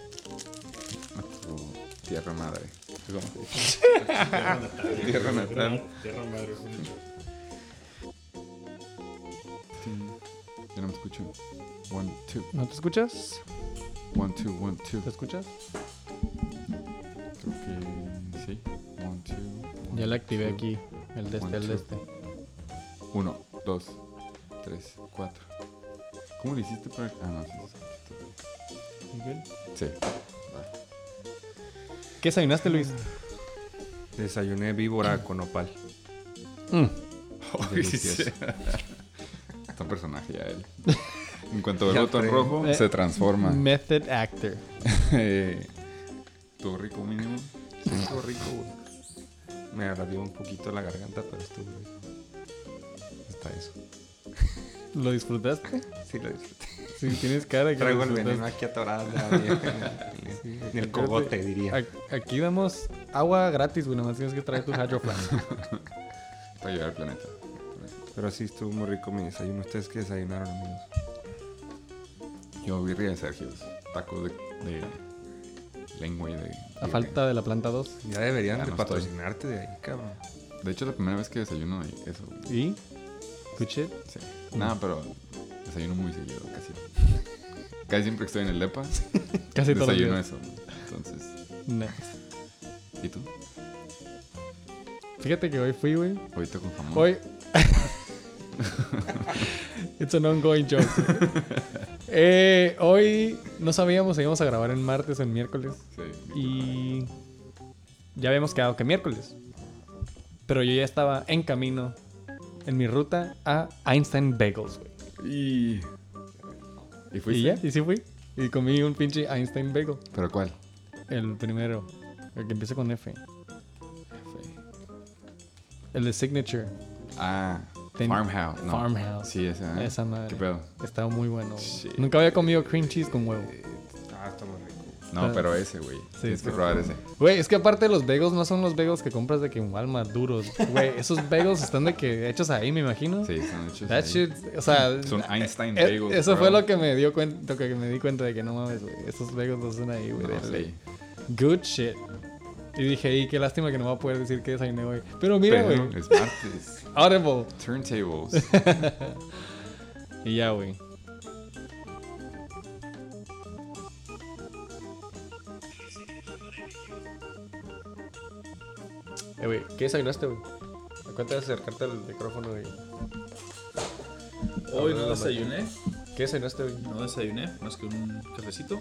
Speaker 2: Actu- Tierra madre.
Speaker 9: Tierra natal.
Speaker 2: Tierra natal.
Speaker 9: Tierra madre.
Speaker 2: Ya no me escucho. One, two.
Speaker 6: ¿No te escuchas?
Speaker 2: One, two, one, two.
Speaker 6: ¿Te escuchas?
Speaker 2: Creo que sí. One, two. one,
Speaker 6: Ya le activé
Speaker 2: two.
Speaker 6: aquí. El de este,
Speaker 2: One,
Speaker 6: el de
Speaker 2: two.
Speaker 6: este.
Speaker 2: Uno, dos, tres, cuatro. ¿Cómo le hiciste para.? Ah, no, sí, sí. Sí.
Speaker 6: ¿Qué desayunaste, Luis?
Speaker 4: Desayuné víbora con opal. Delicioso.
Speaker 2: Está un personaje ya él. En cuanto ve el botón rojo,
Speaker 6: Eh,
Speaker 2: se transforma.
Speaker 6: Method actor.
Speaker 2: Todo rico mínimo.
Speaker 4: Estuvo rico, güey. Me ardió un poquito la garganta, pero estuvo rico. Hasta eso.
Speaker 6: ¿Lo disfrutaste?
Speaker 4: Sí, lo disfruté.
Speaker 6: Sí, tienes cara que lo
Speaker 4: Traigo el
Speaker 6: disfrutaste.
Speaker 4: veneno aquí atorado todavía.
Speaker 6: Sí,
Speaker 4: En el cogote, diría.
Speaker 6: ac- Aquí damos agua gratis, güey. Nomás tienes que traer tu hydro flask.
Speaker 2: Para llegar al planeta.
Speaker 4: Pero sí, estuvo muy rico mi desayuno. ¿Ustedes qué desayunaron, amigos?
Speaker 2: Yo birria de Sergio. Tacos de, de lengua y de.
Speaker 6: A falta de la planta 2.
Speaker 4: Ya deberían
Speaker 2: Ya
Speaker 4: de
Speaker 2: no estoy.
Speaker 4: patrocinarte de ahí, cabrón.
Speaker 2: De hecho, la primera vez que desayuno ahí, eso.
Speaker 6: ¿Y? ¿Good shit?
Speaker 2: Sí. Nada, pero desayuno muy seguido, casi. Casi siempre que estoy en el DEPA.
Speaker 6: Casi todos los
Speaker 2: Desayuno
Speaker 6: días.
Speaker 2: eso. Entonces.
Speaker 4: este.
Speaker 6: Nice.
Speaker 2: ¿Y tú?
Speaker 6: Fíjate que hoy fui, güey.
Speaker 4: Mm.
Speaker 2: Ahorita con jamón.
Speaker 6: Hoy. It's an ongoing joke. Eh, hoy no sabíamos si íbamos a grabar en martes o en miércoles.
Speaker 2: Sí.
Speaker 6: Y. Ya habíamos quedado que miércoles. Pero yo ya estaba en camino, en mi ruta a Einstein Bagels, güey.
Speaker 2: Y. ¿Y fuiste?
Speaker 6: Y ya, y sí fui. Y comí un pinche Einstein Bagel.
Speaker 2: ¿Pero cuál?
Speaker 6: El primero, el que empieza con F.
Speaker 2: Fue-
Speaker 6: El de Signature.
Speaker 2: Ah,
Speaker 6: Ten-
Speaker 2: Farmhouse. No.
Speaker 6: Farmhouse.
Speaker 2: Sí, esa. ¿eh?
Speaker 6: Esa madre.
Speaker 2: ¿Qué pedo?
Speaker 6: Estaba muy bueno. güey.
Speaker 2: Shit.
Speaker 6: Nunca había comido cream cheese con huevo.
Speaker 4: Ah, está muy rico.
Speaker 2: No, pero ese, güey. Tienes que
Speaker 6: pero-
Speaker 2: probar ese.
Speaker 6: Güey, es que aparte de los bagels no son los bagels que compras de que en Walmart duros. Güey, esos bagels están de que hechos ahí, me imagino.
Speaker 2: Sí, están hechos.
Speaker 6: That
Speaker 2: ahí.
Speaker 6: shit, o sea,
Speaker 2: Son Einstein
Speaker 6: eh,
Speaker 2: bagels.
Speaker 6: Eso fue
Speaker 2: bro.
Speaker 6: lo que me dio cuenta, lo que me di cuenta de que no mames, güey. Esos bagels no son ahí, güey.
Speaker 2: No,
Speaker 6: de
Speaker 2: sí.
Speaker 6: Good shit. Y dije, y qué lástima que no va a poder decir que desayuné hoy. Pero mira, güey.
Speaker 2: Pero es martes.
Speaker 6: Audible.
Speaker 2: Turntables.
Speaker 6: Y ya, güey. Eh, güey, ¿qué desayunaste, güey? Acuérdate de acercarte al micrófono, güey.
Speaker 10: Hoy no desayuné,
Speaker 6: ¿Qué desayunaste, güey?
Speaker 10: no desayuné, más que un cafecito,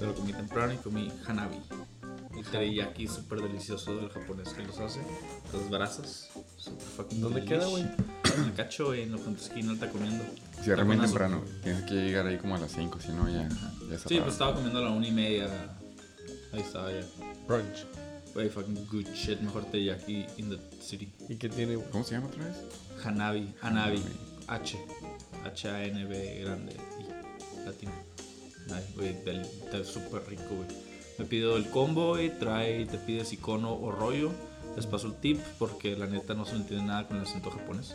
Speaker 10: pero comí temprano y comí hanabi. El teriyaki súper delicioso del japonés que los hace. Las brasas, súper fucking
Speaker 6: ¿Dónde
Speaker 10: delish.
Speaker 6: queda, güey?
Speaker 10: En el cacho, güey, en la punta esquina, alta comiendo.
Speaker 2: Cierra muy
Speaker 10: Taconazo.
Speaker 2: temprano. güey. Tienes que llegar ahí como a las 5, si no ya. ya
Speaker 10: Sí, pues estaba comiendo a la una y media. Ahí estaba ya.
Speaker 6: Brunch.
Speaker 10: Wey, fucking good shit, mejor teriyaki in the city.
Speaker 6: ¿Y qué tiene, güey?
Speaker 2: ¿Cómo se llama otra vez?
Speaker 10: Hanabi, Hanabi, H, H-A-N-B grande y latino. Ay, güey, del- está súper rico, güey. Me pido el combo y trae, te pides icono o rollo. Les paso el tip porque la neta no se entiende nada con el acento japonés.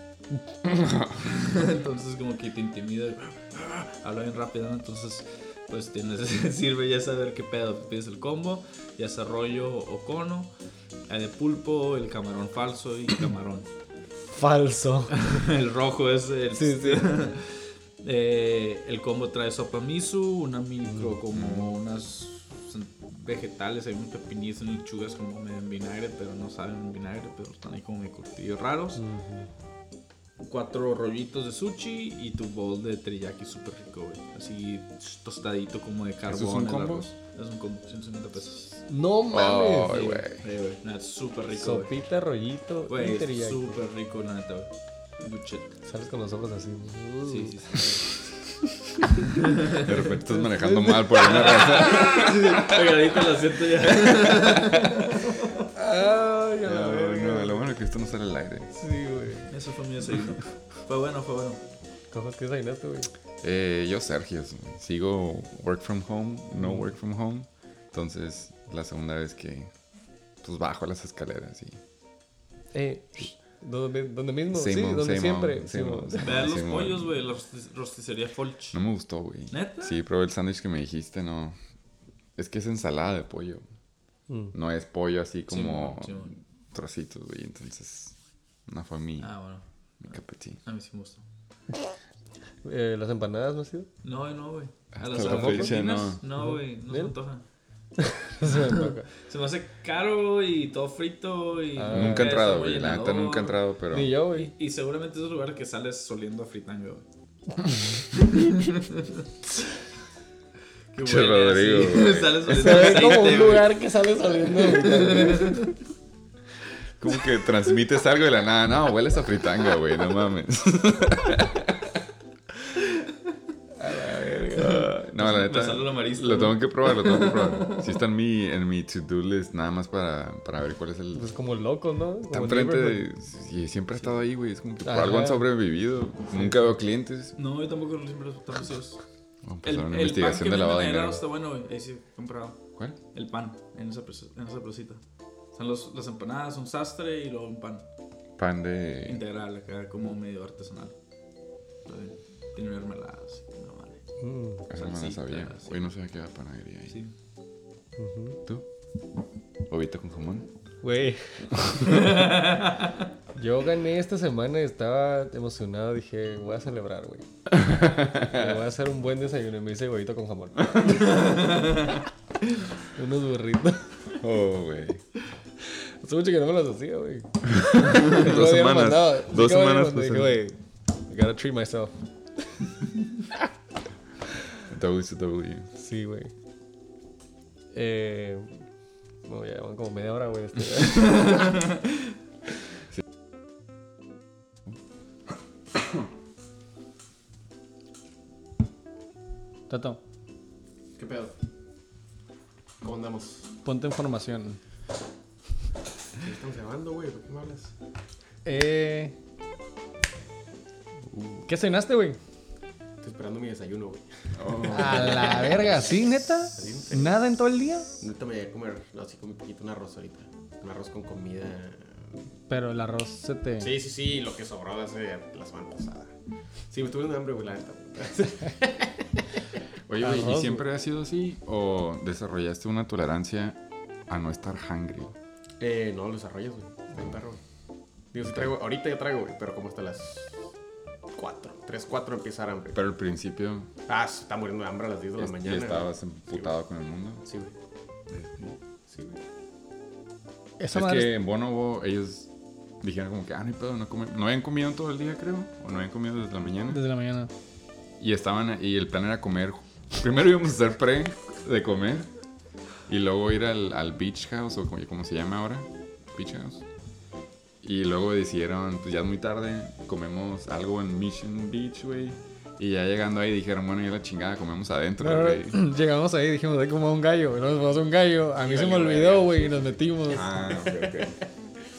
Speaker 10: entonces como que te intimida. Habla bien rápido, ¿no? entonces pues tienes, sirve ya saber qué pedo. Pides el combo, ya sea rollo o cono. Hay de pulpo, el camarón falso y camarón.
Speaker 6: Falso.
Speaker 10: El rojo es el.
Speaker 6: Sí, sí.
Speaker 10: Eh, el combo trae sopa miso, una micro como unas vegetales, hay un pepinillo, unas lechugas como medio en vinagre, pero no saben en vinagre, pero están ahí como medio curtidos raros. Cuatro rollitos de sushi y tu bowl de teriyaki súper rico, güey. Así tostadito como de carbón.
Speaker 2: un
Speaker 10: el
Speaker 2: combo?
Speaker 10: arroz. Es un combo, 150 pesos.
Speaker 6: No mames.
Speaker 2: Ay,
Speaker 10: Sí,
Speaker 2: güey.
Speaker 10: sí, güey. Nada, súper rico, güey.
Speaker 6: Sopita, rollito, y
Speaker 10: Güey,
Speaker 6: teriyaki.
Speaker 10: súper rico, la neta, güey. Good shit.
Speaker 6: Sales con los ojos así.
Speaker 10: Sí, sí, sí.
Speaker 2: De repente estás manejando mal por alguna razón.
Speaker 10: Oiga, ahorita lo siento ya.
Speaker 6: Ay, a la verga.
Speaker 2: No, lo bueno es que esto no sale al aire.
Speaker 6: Sí, güey.
Speaker 10: Eso fue mi desayuno. Fue bueno, fue bueno.
Speaker 6: ¿Cómo es que desayunaste, güey?
Speaker 2: Eh, yo, Sergio, sigo work from home, no work from home. Entonces, la segunda vez que pues bajo las escaleras y.
Speaker 6: Eh, ¿dónde, dónde mismo? sí,
Speaker 2: Simón,
Speaker 6: donde
Speaker 2: Simón,
Speaker 6: siempre.
Speaker 2: Simón,
Speaker 6: Simón.
Speaker 2: Simón,
Speaker 10: Vean los
Speaker 2: Simón.
Speaker 10: pollos, güey, la rosti- rosticería Folch.
Speaker 2: No me gustó, güey.
Speaker 10: ¿Neta?
Speaker 2: Sí, probé el sándwich que me dijiste, no. Es que es ensalada de pollo.
Speaker 6: Mm.
Speaker 2: No es pollo así como
Speaker 10: Simón, Simón.
Speaker 2: trocitos, güey. Entonces, no fue mi,
Speaker 10: Ah, bueno.
Speaker 2: mi capetín.
Speaker 10: A mí sí me gusta.
Speaker 6: Eh, ¿Las empanadas no ha sido?
Speaker 10: No, no, güey. A
Speaker 2: Hasta
Speaker 10: las
Speaker 2: la fecha,
Speaker 10: argentinas,
Speaker 2: no.
Speaker 10: no, güey. No se
Speaker 6: Bien.
Speaker 10: antoja.
Speaker 6: Se me antoja.
Speaker 10: Se me hace caro y todo frito y...
Speaker 6: Ah.
Speaker 2: Nunca he
Speaker 10: queso,
Speaker 2: entrado, güey. La
Speaker 10: rellenador.
Speaker 2: neta nunca he entrado, pero.
Speaker 6: Ni yo, güey.
Speaker 10: Y, y seguramente es un lugar que sales soliendo a fritanga, güey. Qué
Speaker 2: Che, Rodrigo, güey.
Speaker 10: Sales
Speaker 6: Se
Speaker 10: oliendo a
Speaker 6: ve como
Speaker 10: aceite,
Speaker 6: un
Speaker 10: güey.
Speaker 6: lugar que sale saliendo.
Speaker 2: Como que transmites algo de la nada. No, hueles a fritanga, güey. No mames. Ah, No, la
Speaker 10: Me
Speaker 2: neta.
Speaker 10: sale lo amarillo,
Speaker 2: Lo
Speaker 10: güey.
Speaker 2: tengo que probar, lo tengo que probar. Sí está en mi, en mi to-do list, nada más para, para ver cuál es el.
Speaker 6: Pues como loco, ¿no?
Speaker 2: Está
Speaker 6: Como
Speaker 2: enfrente
Speaker 6: neighborhood.
Speaker 2: de- Y siempre ha estado ahí, güey. Es como que por
Speaker 6: Ajá.
Speaker 2: algo han sobrevivido. Nunca veo clientes.
Speaker 10: No, yo tampoco los siempre los tapaseos.
Speaker 2: Vamos a empezar Pues, una
Speaker 10: El, el pan que
Speaker 2: investigación de
Speaker 10: venden
Speaker 2: lavado de
Speaker 10: ahí
Speaker 2: dinero.
Speaker 10: raro está bueno, güey. Ahí sí, comprado.
Speaker 2: ¿Cuál?
Speaker 10: El pan, en esa, plaza- en esa placita. Son los, las empanadas, un sastre y luego un pan.
Speaker 2: Pan de.
Speaker 10: Integral, acá como medio artesanal. Está bien. Tiene mermeladas, no vale.
Speaker 6: Mm,
Speaker 2: Eso no la
Speaker 10: salsita,
Speaker 2: sabía.
Speaker 10: sí.
Speaker 2: Hoy no sabía que era panadería ahí.
Speaker 10: Sí.
Speaker 6: ujú.
Speaker 2: ¿Tú? ¿Ovito con jamón?
Speaker 6: Güey. Yo gané esta semana y estaba emocionado. Dije, voy a celebrar, güey. Me voy a hacer un buen desayuno. Y me hice huevito con jamón. Unos burritos.
Speaker 2: Oh, güey.
Speaker 6: Hace mucho que no me los hacía, güey.
Speaker 2: Dos semanas. Dos semanas,
Speaker 6: Pues,
Speaker 2: pues,
Speaker 6: dije, güey, I gotta treat myself.
Speaker 2: WCW.
Speaker 6: Sí, güey. Eh. No, ya van como media hora, güey. este. Tato,
Speaker 11: ¿Qué pedo? ¿Cómo andamos?
Speaker 6: ponte en formación.
Speaker 11: ¿Qué estamos grabando, güey? ¿Por qué me hablas?
Speaker 6: Eh. ¿Qué cenaste, güey?
Speaker 11: Estoy esperando mi desayuno, güey.
Speaker 6: A la verga, ¿sí, neta? ¿Nada en todo el día?
Speaker 11: Neta me voy a comer así con mi poquito un arroz ahorita. Un arroz con comida.
Speaker 6: Pero el arroz se te.
Speaker 11: Sí, sí, sí, lo que sobró de hace la semana pasada. Sí, me estuve dando hambre, güey, la neta.
Speaker 2: Oye, güey, ¿y
Speaker 6: Arroz,
Speaker 2: siempre ha sido así? ¿O desarrollaste una tolerancia a no estar hungry?
Speaker 11: Eh, no, los arroyos, güey. Está en perro, güey. Digo, sí traigo, ahorita yo traigo, güey, pero como hasta las 4, 3, 4 empieza a hambre.
Speaker 2: Pero al principio
Speaker 11: Ah, se está muriendo de hambre a las 10 de la
Speaker 2: ya-
Speaker 11: mañana.
Speaker 2: ya estabas
Speaker 11: güey.
Speaker 2: emputado con el mundo.
Speaker 11: Sí, güey. Sí, güey.
Speaker 6: Esa
Speaker 2: Es
Speaker 6: madre.
Speaker 2: que en Bonobo ellos dijeron como que, ah, no hay pedo, no comen. No habían comido en todo el día, creo. O no habían comido desde la mañana.
Speaker 6: Desde la mañana.
Speaker 2: Y estaban, y el plan era comer. Primero íbamos a hacer pre de comer. Y luego ir al, al beach house, o como, como se llama ahora. Beach house. Y luego decidieron, pues ya es muy tarde, comemos algo en Mission Beach, güey. Y ya llegando ahí dijeron, bueno, ya la chingada, comemos adentro,
Speaker 6: Pero
Speaker 2: güey.
Speaker 6: llegamos ahí y dijimos, hay como un gallo. güey, Nos vamos a un gallo. A mí se me olvidó, güey, y nos metimos.
Speaker 2: Ah, ok, ok.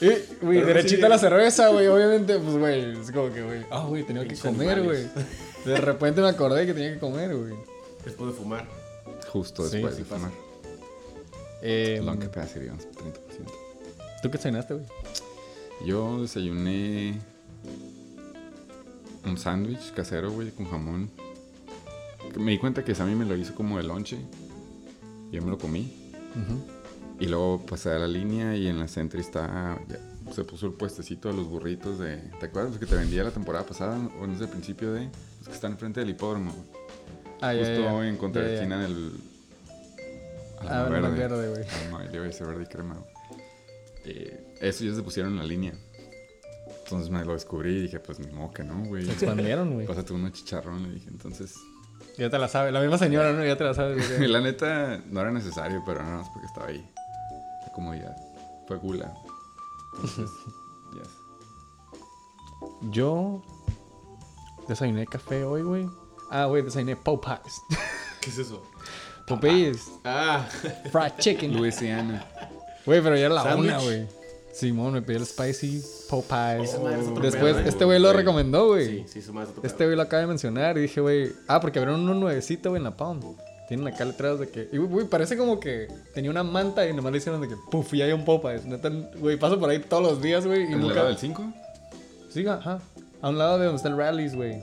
Speaker 6: Eh, Güey, derechita la cerveza, güey, obviamente, pues, güey, es como que, güey, ah, güey, tenía que comer, güey. De repente me acordé que tenía que comer, güey.
Speaker 11: Después de fumar.
Speaker 2: Justo
Speaker 6: Sí,
Speaker 2: después
Speaker 6: sí
Speaker 2: de Pues, fumar.
Speaker 6: Eh,
Speaker 2: Long capacity, digamos, 30%.
Speaker 6: ¿Tú qué cenaste, güey?
Speaker 2: Yo desayuné un sándwich casero, güey, con jamón. Que Me di cuenta que Sammy me lo hizo como de lonche. Yo me lo comí. Y luego pasé a la línea y en la Sentry está... ya, se puso el puestecito de los burritos de... ¿Te acuerdas? Los que te vendía la temporada pasada o no sé, al principio de... Los que están enfrente del hipódromo.
Speaker 6: Ah, ya,
Speaker 2: Justo
Speaker 6: ya, ya.
Speaker 2: en contra
Speaker 6: Ya, ya.
Speaker 2: esquina del...
Speaker 6: Ah,
Speaker 2: Alma
Speaker 6: Alma Verde, güey.
Speaker 2: Alma, le iba a decir verde y crema. güey. Eh, eso ya se pusieron en la línea. Entonces me lo descubrí y dije, pues ni modo que no, güey.
Speaker 6: Se expandieron, güey.
Speaker 2: Pásate uno chicharrón, le dije. Entonces,
Speaker 6: Ya te la sabe, la misma señora, ¿no? Ya te la sabe. güey.
Speaker 2: la neta, no era necesario, pero nada más porque estaba ahí. La comodidad. Fue gula. Entonces, yes.
Speaker 6: Yo desayuné café hoy, güey. Ah, güey, desayuné Popeyes.
Speaker 11: ¿Qué es eso?
Speaker 6: Popeyes.
Speaker 11: Ah,
Speaker 6: Fried chicken.
Speaker 2: Luisiana.
Speaker 6: Güey, pero ya era la
Speaker 11: Sándwich.
Speaker 6: una, güey. Simón, me pidió el spicy Popeyes.
Speaker 11: Esa madre es otro
Speaker 6: Después,
Speaker 11: pedo,
Speaker 6: este güey lo
Speaker 2: güey.
Speaker 6: recomendó, güey.
Speaker 11: sí, sí, su madre es otro
Speaker 6: Este
Speaker 11: pedo.
Speaker 6: güey lo acaba de mencionar y dije, güey. Ah, porque abrieron uno nuevecito, güey, en la Pound. Tienen acá letreros de que. Y, güey, parece como que tenía una manta y nomás le hicieron de que, puff, y hay un Popeyes. Neta, güey, paso por ahí todos los días, güey. Y
Speaker 2: ¿En el lado
Speaker 6: nunca.
Speaker 2: del 5?
Speaker 6: Sí, ajá. A un lado de donde está el Rallies, güey.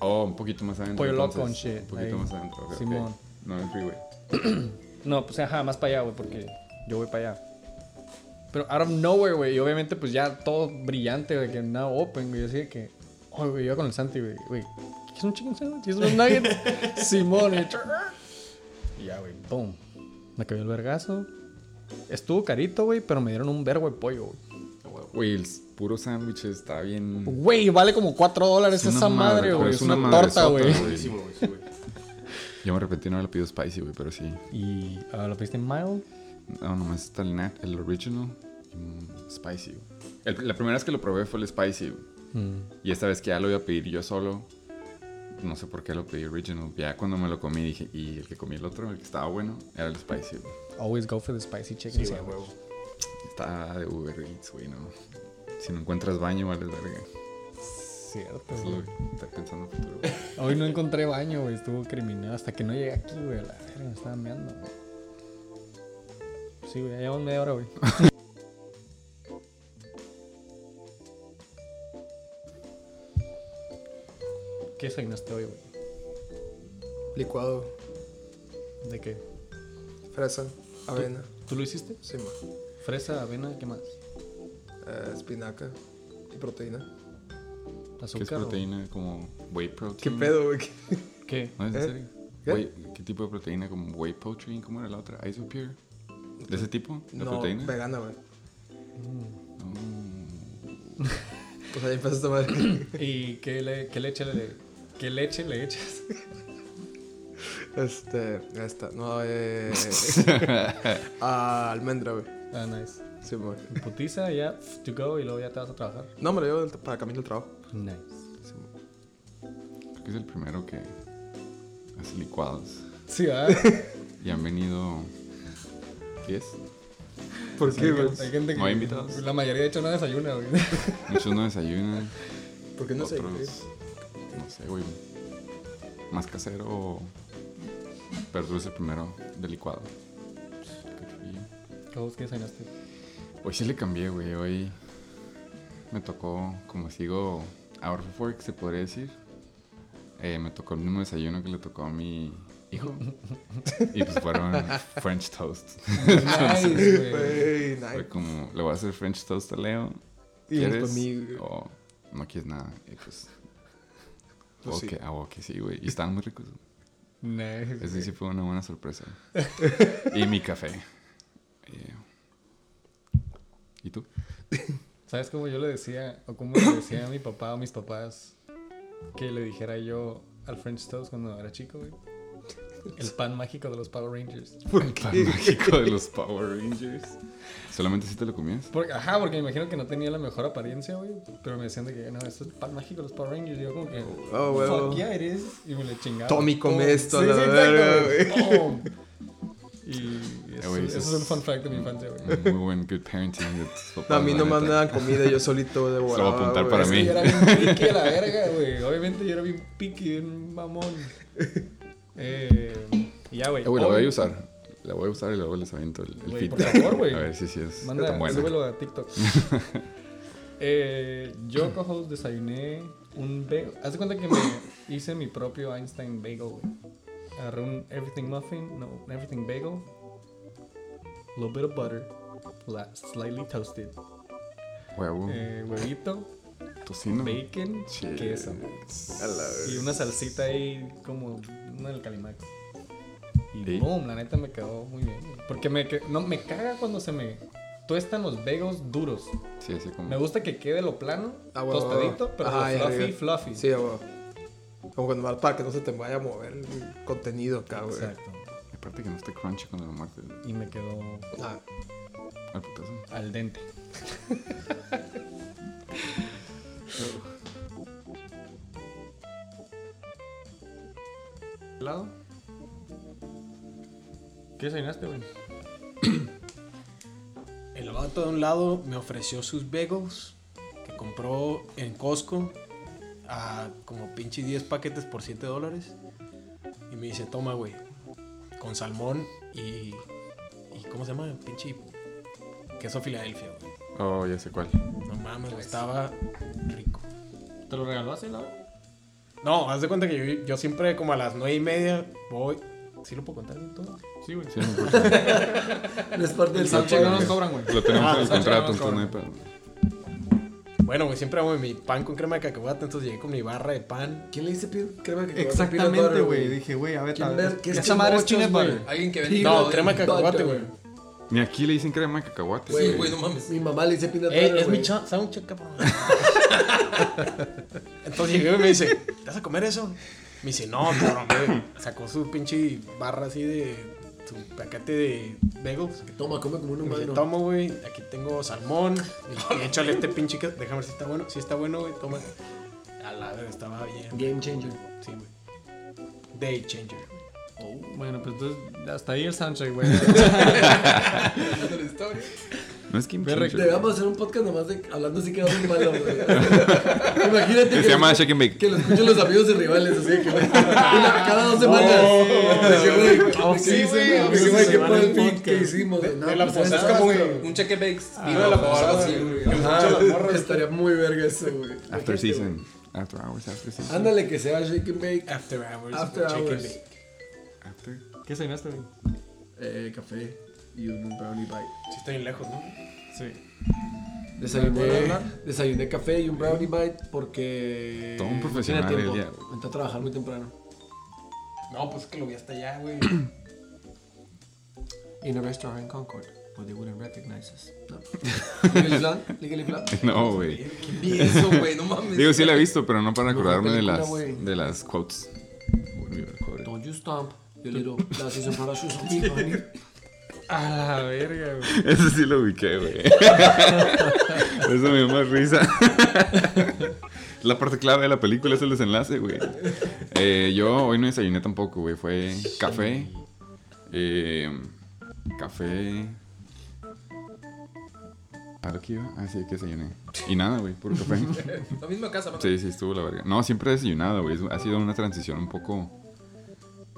Speaker 2: Oh, un poquito más adentro.
Speaker 6: Pollo loco
Speaker 2: entonces.
Speaker 6: and shit,
Speaker 2: Un poquito
Speaker 6: ahí.
Speaker 2: más adentro. ok, ok.
Speaker 6: Simón.
Speaker 2: No, en el freeway.
Speaker 6: No, pues ajá, más para allá, güey, porque
Speaker 1: Yo voy para allá.
Speaker 6: Pero out of nowhere, güey. Y obviamente, pues ya todo brillante, güey. Que nada open, güey. Así de que. Oh, güey, iba con el Santi, güey. Güey, ¿quieres un chicken sandwich? ¿Quieres unos nuggets? Simón, y y ya, güey, boom. Me cayó el vergazo. Estuvo carito, güey, pero me dieron un vergo de pollo, güey.
Speaker 2: Güey, el puro sándwich está bien.
Speaker 6: Güey, vale como 4 dólares
Speaker 2: Es una
Speaker 6: esa madre,
Speaker 2: madre,
Speaker 6: güey.
Speaker 2: pero
Speaker 6: Es
Speaker 2: es una
Speaker 6: una, torta,
Speaker 2: madresota,
Speaker 6: güey.
Speaker 2: güey.
Speaker 11: Buenísimo, güey, sí, güey.
Speaker 2: Yo me arrepentí, no le pido spicy, güey, pero sí.
Speaker 6: Y ah, lo pediste en mild.
Speaker 2: No, nomás está el, nat- el original y un spicy, güey. El- la primera vez que lo probé fue el spicy, güey.
Speaker 6: Mm.
Speaker 2: Y esta vez que ya lo iba a pedir yo solo, no sé por qué lo pedí original. Ya cuando me lo comí dije, y el que comí el otro, el que estaba bueno, era el spicy, güey.
Speaker 6: Always go for the spicy chicken.
Speaker 11: Sí, güey,
Speaker 6: sandwich.
Speaker 11: huevo.
Speaker 2: Está de Uber Eats, güey, no. Si no encuentras baño, vale, verga.
Speaker 6: Cierto,
Speaker 2: Eso es
Speaker 6: güey.
Speaker 2: lo que estoy pensando en el futuro, güey.
Speaker 6: Hoy no encontré baño, güey. Estuvo criminal. Hasta que no llegué aquí, güey. a La verga, me estaba meando, güey. Sí, güey, ya llevamos media hora, güey. ¿Qué desayunaste hoy, güey?
Speaker 12: Licuado,
Speaker 6: ¿De qué?
Speaker 12: fresa, avena,
Speaker 6: ¿Tú lo hiciste?
Speaker 12: sí, ma.
Speaker 6: Fresa, avena, ¿qué más?
Speaker 12: Eh, espinaca y proteína.
Speaker 2: ¿Qué es
Speaker 6: ¿Azúcar? o-
Speaker 2: proteína? Como whey protein.
Speaker 12: ¿Qué pedo, güey?
Speaker 6: ¿Qué?
Speaker 2: ¿No es en
Speaker 12: ¿Eh?
Speaker 2: serio?
Speaker 12: ¿Qué?
Speaker 2: Whey- ¿Qué tipo de proteína? ¿Como whey protein? ¿Cómo era la otra? ¿Isopure? ¿De ese tipo? ¿De
Speaker 12: No,
Speaker 2: proteína?
Speaker 12: vegana, güey.
Speaker 2: Mm.
Speaker 12: Pues ahí empezó a tomar.
Speaker 6: ¿Y qué, le, qué leche le qué leche le echas?
Speaker 12: Este, esta, no, eh. ah, almendra, güey.
Speaker 6: Ah, nice.
Speaker 12: Sí, ma.
Speaker 6: Putiza, ya, pf, to go, y luego ya te vas a trabajar.
Speaker 12: No, me lo llevo del- para camino al trabajo.
Speaker 6: Nice.
Speaker 12: Sí, ma.
Speaker 2: Creo que es el primero que hace licuados.
Speaker 6: Sí, ¿verdad?
Speaker 2: Y han venido... ¿10?
Speaker 12: ¿Por qué, güey?
Speaker 6: Hay gente que...
Speaker 2: No hay invitados.
Speaker 6: La mayoría, de hecho, no desayuna, güey.
Speaker 2: Muchos no desayunan.
Speaker 12: ¿Por qué no sé?
Speaker 2: otros... No sé, güey. Más casero o... Pero tú eres el primero de licuado. Pues,
Speaker 6: ¿Cómo que desayunaste?
Speaker 2: Hoy Pues sí le cambié, güey. Hoy me tocó, como sigo out of work, se podría decir. Eh, me tocó el mismo desayuno que le tocó a mi hijo. y pues fueron French toast.
Speaker 6: Nice, güey.
Speaker 12: Ah, Güey, nice.
Speaker 2: Fue como, le voy a hacer French toast a Leo.
Speaker 12: Y unos
Speaker 2: ¿Quieres?
Speaker 12: pa' mí, güey.
Speaker 2: O no quieres nada. Y pues.
Speaker 12: Pues sí.
Speaker 2: ok, ah, ok, sí, güey. Y estaban muy ricos.
Speaker 6: Nice.
Speaker 2: Eso sí fue una buena sorpresa. y mi café. Eh, ¿Y tú?
Speaker 6: ¿Sabes cómo yo le decía, o cómo le decía a mi papá o mis papás que le dijera yo al French Toast cuando era chico, güey? El pan mágico de los Power Rangers.
Speaker 2: El pan mágico de los Power Rangers. ¿Solamente si te lo comías?
Speaker 6: Porque, ajá, porque me imagino que no tenía la mejor apariencia, güey. Pero me decían de que, no, esto es el pan mágico de los Power Rangers. Y yo como que,
Speaker 12: Oh, huevo.
Speaker 6: fuck yeah, it is. Y me le chingaba.
Speaker 12: Tommy, come esto a la
Speaker 6: exacto,
Speaker 12: verga,
Speaker 6: ¡Pum! Y
Speaker 2: Eh,
Speaker 6: eso,
Speaker 2: güey,
Speaker 6: eso es un fun fact de mi infancia, güey.
Speaker 2: Muy buen good parenting de tus papás,
Speaker 12: No, a mí
Speaker 2: la
Speaker 12: nomás me
Speaker 2: neta.
Speaker 12: dan comida yo solito de
Speaker 2: voy a
Speaker 12: volada,
Speaker 2: apuntar
Speaker 12: güey.
Speaker 2: para
Speaker 6: Es que
Speaker 2: mí.
Speaker 6: yo era bien piqui a la verga, güey. Obviamente yo era bien piqui, un mamón. Eh, y ya, güey.
Speaker 2: Eh, güey, la voy
Speaker 6: Hoy-
Speaker 2: a usar. La voy a usar y luego les aviento el, el
Speaker 6: Güey, por
Speaker 2: feedback.
Speaker 6: favor, güey.
Speaker 2: A ver si sí es tan
Speaker 6: Manda,
Speaker 2: bueno.
Speaker 6: súbelo a TikTok. eh, yo, cojos, desayuné un bagel. Haz de cuenta que me hice mi propio Einstein bagel, güey. Agarré un everything muffin, no, un everything bagel. A little bit of butter. la- slightly toasted.
Speaker 2: Oh. Huevo,
Speaker 6: eh, huevito,
Speaker 2: tocino.
Speaker 6: bacon,
Speaker 2: Shit.
Speaker 6: queso.
Speaker 12: A la verga.
Speaker 6: Y una salsita ahí como una del calimax. Y
Speaker 2: Sí.
Speaker 6: boom, la neta me quedó muy bien. güey. Porque me, que- no, me caga cuando se me tuestan los bagels duros.
Speaker 2: Sí, así como.
Speaker 6: Me gusta que quede lo plano,
Speaker 12: Ah, huevo,
Speaker 6: tostadito,
Speaker 12: huevo.
Speaker 6: pero
Speaker 12: Ajá,
Speaker 6: lo
Speaker 12: ya,
Speaker 6: fluffy,
Speaker 12: ya.
Speaker 6: fluffy.
Speaker 12: Sí, güey. Como cuando vas para que no se te vaya a mover el contenido acá, güey.
Speaker 6: Exacto.
Speaker 2: Aparte que no esté crunchy cuando lo muertes.
Speaker 6: Y me quedó
Speaker 12: Ah,
Speaker 2: Al putazo.
Speaker 6: al dente. ¿Helado? ¿Qué desayunaste, güey?
Speaker 3: El vato de un lado me ofreció sus bagels que compró en Costco a como pinche 10 paquetes por 7 dólares. Y me dice, toma, güey, con salmón y, y... ¿Cómo se llama? Pinche queso Filadelfia, güey.
Speaker 2: Oh, ya sé cuál.
Speaker 3: No mames, güey, estaba rico.
Speaker 6: ¿Te lo regaló así, helado?
Speaker 3: No, haz de cuenta que yo, yo siempre como a las 9 y media voy, ¿Sí lo puedo contar bien todo?
Speaker 6: Sí, güey.
Speaker 2: Sí, no importa.
Speaker 13: No es parte del
Speaker 6: El soundcheck no nos cobran, güey.
Speaker 2: Lo tenemos
Speaker 6: Ah,
Speaker 2: en el
Speaker 6: soundcheck no
Speaker 2: contrato,
Speaker 6: nos
Speaker 2: entonces no hay
Speaker 6: cobran.
Speaker 2: pedo.
Speaker 3: Bueno, güey, siempre hago mi pan con crema de cacahuate, entonces llegué con mi barra de pan.
Speaker 13: ¿Quién le dice pe- crema que
Speaker 6: Exactamente, güey. Dije, güey, a ver,
Speaker 13: ¿Quién
Speaker 6: a
Speaker 13: ver
Speaker 6: ver.
Speaker 13: qué es
Speaker 6: Esa madre es
Speaker 13: chimochos,
Speaker 6: peanut butter.
Speaker 13: güey?
Speaker 12: Alguien que
Speaker 13: Sí,
Speaker 12: vende.
Speaker 3: No,
Speaker 13: güey,
Speaker 3: crema de cacahuate, güey.
Speaker 2: Ni aquí le dicen crema de cacahuates.
Speaker 12: Sí,
Speaker 2: güey.
Speaker 12: güey, no mames.
Speaker 13: Mi mamá le dice peanut
Speaker 3: Ey,
Speaker 13: butter,
Speaker 3: es mi
Speaker 13: güey.
Speaker 3: cha- soundcheck, cabrón. Entonces llegué y me dice, ¿te vas a comer eso? Me dice, no, cabrón, güey. Sacó su pinche barra así de su paquete de bagels.
Speaker 13: Toma, come como un
Speaker 3: Y Me dice,
Speaker 13: humano.
Speaker 3: tomo, güey, aquí tengo salmón. Y, y échale este pinche, que- déjame ver si está bueno. Si está bueno, güey, toma. A la vez estaba bien.
Speaker 13: Game changer.
Speaker 3: Sí, güey. Day changer.
Speaker 6: Bueno, pues entonces, hasta ahí el soundcheck, güey.
Speaker 2: No es Kim
Speaker 6: Ve,
Speaker 2: Changer.
Speaker 13: Debemos hacer un podcast nomás de, hablando así que va muy malo, güey. Imagínate
Speaker 2: Se
Speaker 13: que,
Speaker 2: llama Shake and Bake.
Speaker 13: que lo escuchen los amigos y rivales, así de que una- cada dos semanas. Así, güey, ¿qué-
Speaker 6: Oh,
Speaker 13: qué-
Speaker 6: sí,
Speaker 13: qué-
Speaker 6: sí,
Speaker 13: güey,
Speaker 6: amigos
Speaker 13: qué-
Speaker 6: y
Speaker 13: güey, qué
Speaker 6: rivales
Speaker 13: mal pick
Speaker 6: podcast.
Speaker 13: que hicimos, güey. No,
Speaker 3: de la
Speaker 13: pues,
Speaker 3: posada,
Speaker 13: es como-
Speaker 3: güey.
Speaker 12: Un cheque bakes.
Speaker 13: Ah,
Speaker 12: la
Speaker 13: pues,
Speaker 12: posada,
Speaker 13: sí,
Speaker 12: güey.
Speaker 13: güey. Ajá, Estaría muy verga eso, güey.
Speaker 2: After
Speaker 13: Imagínate, güey.
Speaker 2: season. After hours, after season.
Speaker 13: Ándale que sea Shake and Bake.
Speaker 3: After hours.
Speaker 13: After
Speaker 3: chicken
Speaker 13: hours.
Speaker 3: bake.
Speaker 2: After.
Speaker 6: ¿Qué cenaste, güey?
Speaker 13: Eh, café y un brownie bite.
Speaker 3: Sí, está bien lejos, ¿no?
Speaker 6: Sí.
Speaker 13: Desayuné, desayuné café y un brownie bite porque.
Speaker 2: Todo un
Speaker 13: no tenía
Speaker 2: profesional el
Speaker 13: tiempo.
Speaker 2: día, güey.
Speaker 13: Entré a trabajar muy temprano.
Speaker 3: No, pues que lo vi hasta allá, güey.
Speaker 13: In a restaurant in Concord, but they wouldn't recognize us. No. Legally blonde, legally
Speaker 12: Ah,
Speaker 13: blonde.
Speaker 2: No, güey.
Speaker 12: Vi eso, güey, no mames.
Speaker 2: Digo, sí la he visto, pero no para
Speaker 13: Mejor
Speaker 2: acordarme de
Speaker 13: película,
Speaker 2: las,
Speaker 13: güey.
Speaker 2: de las quotes. Uy, me acuerdo.
Speaker 13: Don't you stomp, you little glasses and parachutes on me, honey.
Speaker 6: A la verga, güey.
Speaker 2: Eso sí lo ubiqué, güey. Eso me dio más risa. La parte clave de la película es el desenlace, güey. Eh, yo hoy no desayuné tampoco, güey. Fue café. eh, café. ¿A lo que iba? Ah, sí, que desayuné. Y nada, güey, puro café.
Speaker 12: La misma casa,
Speaker 2: Sí, sí, estuvo la verga. No, siempre he desayunado, güey. Ha sido una transición un poco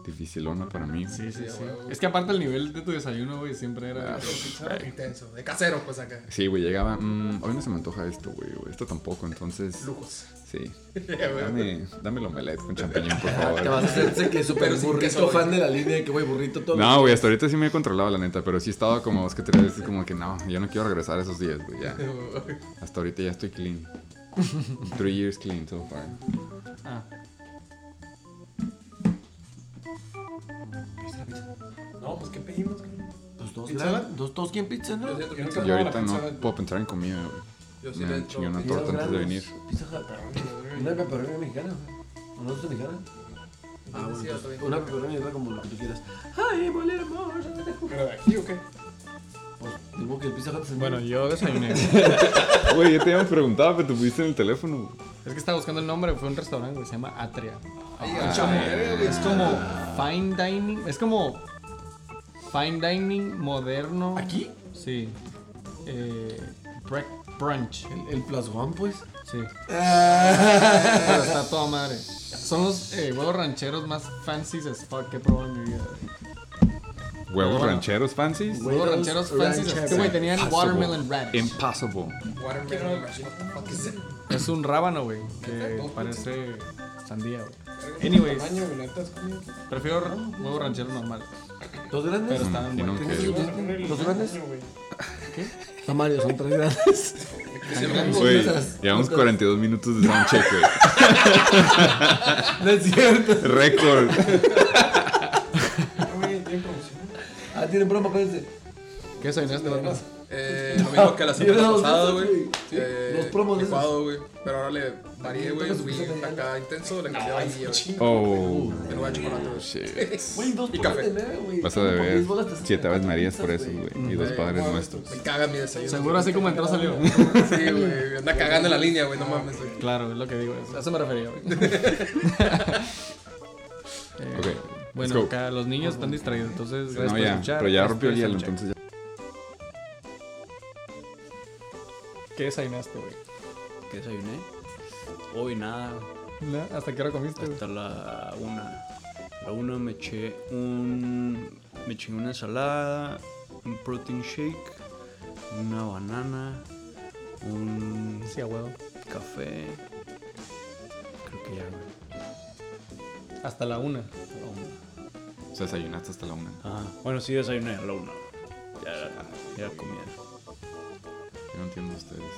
Speaker 2: dificilona para mí. güey.
Speaker 6: Sí, sí, sí. Es que aparte el nivel de tu desayuno, güey, siempre era.
Speaker 12: Intenso. De casero, pues acá.
Speaker 2: Ah, Sí, güey, llegaba. "Mm, hoy no se me antoja esto, güey, o esto tampoco, entonces. Lujos. Sí. Dame, dame el omelette con champiñón, por
Speaker 13: Ah, Te vas
Speaker 2: favor.
Speaker 13: a hacerse que super
Speaker 12: Pero sin
Speaker 13: burrito
Speaker 12: queso,
Speaker 13: fan de la línea de que, güey, burrito todo.
Speaker 2: No, güey, hasta ahorita sí me he controlado, la neta, pero sí he estado como dos que tres veces, como que no, yo no quiero regresar a esos días, güey, ya. Hasta ahorita ya estoy clean. Three years clean so far.
Speaker 3: No, pues ¿qué pedimos? güey?
Speaker 13: Pues dos,
Speaker 12: ¿Pizza?
Speaker 13: grandes, dos, dos, ¿quién pizza, no?
Speaker 12: Yo siento que
Speaker 3: Yo
Speaker 12: no
Speaker 3: nunca
Speaker 2: Y
Speaker 3: como la
Speaker 2: ahorita
Speaker 3: pizza,
Speaker 2: no
Speaker 3: güey.
Speaker 2: puedo pensar en comida, güey.
Speaker 12: Yo sí le
Speaker 2: Me
Speaker 12: entro.
Speaker 2: chingué una
Speaker 13: Pizzas
Speaker 2: torta antes de venir.
Speaker 13: grandes, Pizza pepperoni. Una pepperoni mexicana, güey. ¿O no es mexicana? Ah, bueno,
Speaker 12: Sí,
Speaker 13: entonces,
Speaker 12: está bien.
Speaker 13: una pepperoni y otra como lo que tú quieras. Ay, mole hermoso.
Speaker 3: ¿Pero de aquí o qué?
Speaker 13: Pues, digo que el pizza hut es el
Speaker 6: Bueno,
Speaker 13: mismo.
Speaker 6: yo desayuné.
Speaker 2: Güey, ya te habíamos preguntado, pero te pusiste en el teléfono, güey.
Speaker 6: Es que estaba buscando el nombre, fue un restaurante, güey, se llama Atria.
Speaker 12: Ahí, al chamo.
Speaker 6: Es como fine dining, es como fine dining moderno.
Speaker 13: ¿Aquí?
Speaker 6: Sí. Eh, brec- brunch,
Speaker 13: El, el plus one, pues. Ah.
Speaker 6: sí. Pero está toda madre. Son los eh, huevos rancheros más fancies as fuck que he probado en mi vida.
Speaker 2: Huevos
Speaker 6: Bueno.
Speaker 2: rancheros fancies.
Speaker 6: Huevos rancheros fancies as que güey, tenían watermelon
Speaker 13: Em.
Speaker 6: radish.
Speaker 2: Impossible.
Speaker 12: Watermelon. What the fuck is it?
Speaker 6: Es un rábano, güey, que parece sandía, güey. Anyways,
Speaker 3: Baño, güey, neta, es como-
Speaker 6: prefiero huevos rancheros normales,
Speaker 13: ¿Dos grandes?
Speaker 6: pero estaban
Speaker 2: Tiene
Speaker 6: buenos.
Speaker 2: un queso.
Speaker 13: ¿Los grandes? No, Mario, son tres grandes.
Speaker 2: Güey, llevamos 42 minutos de soundcheck, güey.
Speaker 13: No es cierto.
Speaker 2: Récord.
Speaker 13: Ah, tienen broma, acuérdense.
Speaker 6: ¿Qué desayunaste, Batman?
Speaker 12: Eh, lo mismo que la
Speaker 13: Yo
Speaker 12: semana
Speaker 13: dos
Speaker 12: pasada,
Speaker 13: veces,
Speaker 12: güey.
Speaker 13: güey. Sí,
Speaker 12: Eh,
Speaker 13: dos promos de
Speaker 12: licuado, güey. Pero ahora le varié,
Speaker 13: Ah,
Speaker 12: güey.
Speaker 13: toca su
Speaker 12: Fui
Speaker 13: pizza de
Speaker 12: acá intenso, le cambié vainilla, güey.
Speaker 2: Oh,
Speaker 12: En lugar de chocolate, güey.
Speaker 2: shit.
Speaker 13: Güey, dos
Speaker 12: Y
Speaker 13: bolas
Speaker 12: café.
Speaker 13: de nueve, güey.
Speaker 2: Vas a
Speaker 13: Como por
Speaker 2: deber
Speaker 13: diez bolas te hacen
Speaker 2: siete aves
Speaker 13: cuatro
Speaker 2: marías
Speaker 13: pizzas,
Speaker 2: por eso, güey. Y dos padres nuestros.
Speaker 12: Me caga mi desayuno.
Speaker 6: Seguro así como entró salió.
Speaker 12: güey. Sí, güey. Anda cagando en la línea, güey. No mames, güey.
Speaker 6: Claro, es lo que digo. A eso me refería, güey.
Speaker 2: Ok.
Speaker 6: Bueno,
Speaker 2: go.
Speaker 6: acá los niños están distraídos, entonces gracias
Speaker 2: No,
Speaker 6: por
Speaker 2: ya.
Speaker 6: escuchar.
Speaker 2: Pero ya
Speaker 6: Esto
Speaker 2: rompió el
Speaker 6: es
Speaker 2: hielo,
Speaker 6: Soundcheck.
Speaker 2: entonces ya.
Speaker 6: ¿Qué desayunaste, güey?
Speaker 14: ¿Qué desayuné? Hoy nada,
Speaker 6: ¿No? ¿Hasta qué hora comiste, güey?
Speaker 14: hasta la una. A la una me eché un. Me eché una ensalada, un protein shake, una banana, un
Speaker 6: Sí, a huevo.
Speaker 14: café. Creo que ya, güey.
Speaker 6: Hasta la una.
Speaker 14: a la una.
Speaker 2: O sea, desayunaste hasta la una.
Speaker 14: Ajá. Bueno, sí desayuné a la una. Ya era, ya era comida.
Speaker 2: Yo no entiendo a ustedes.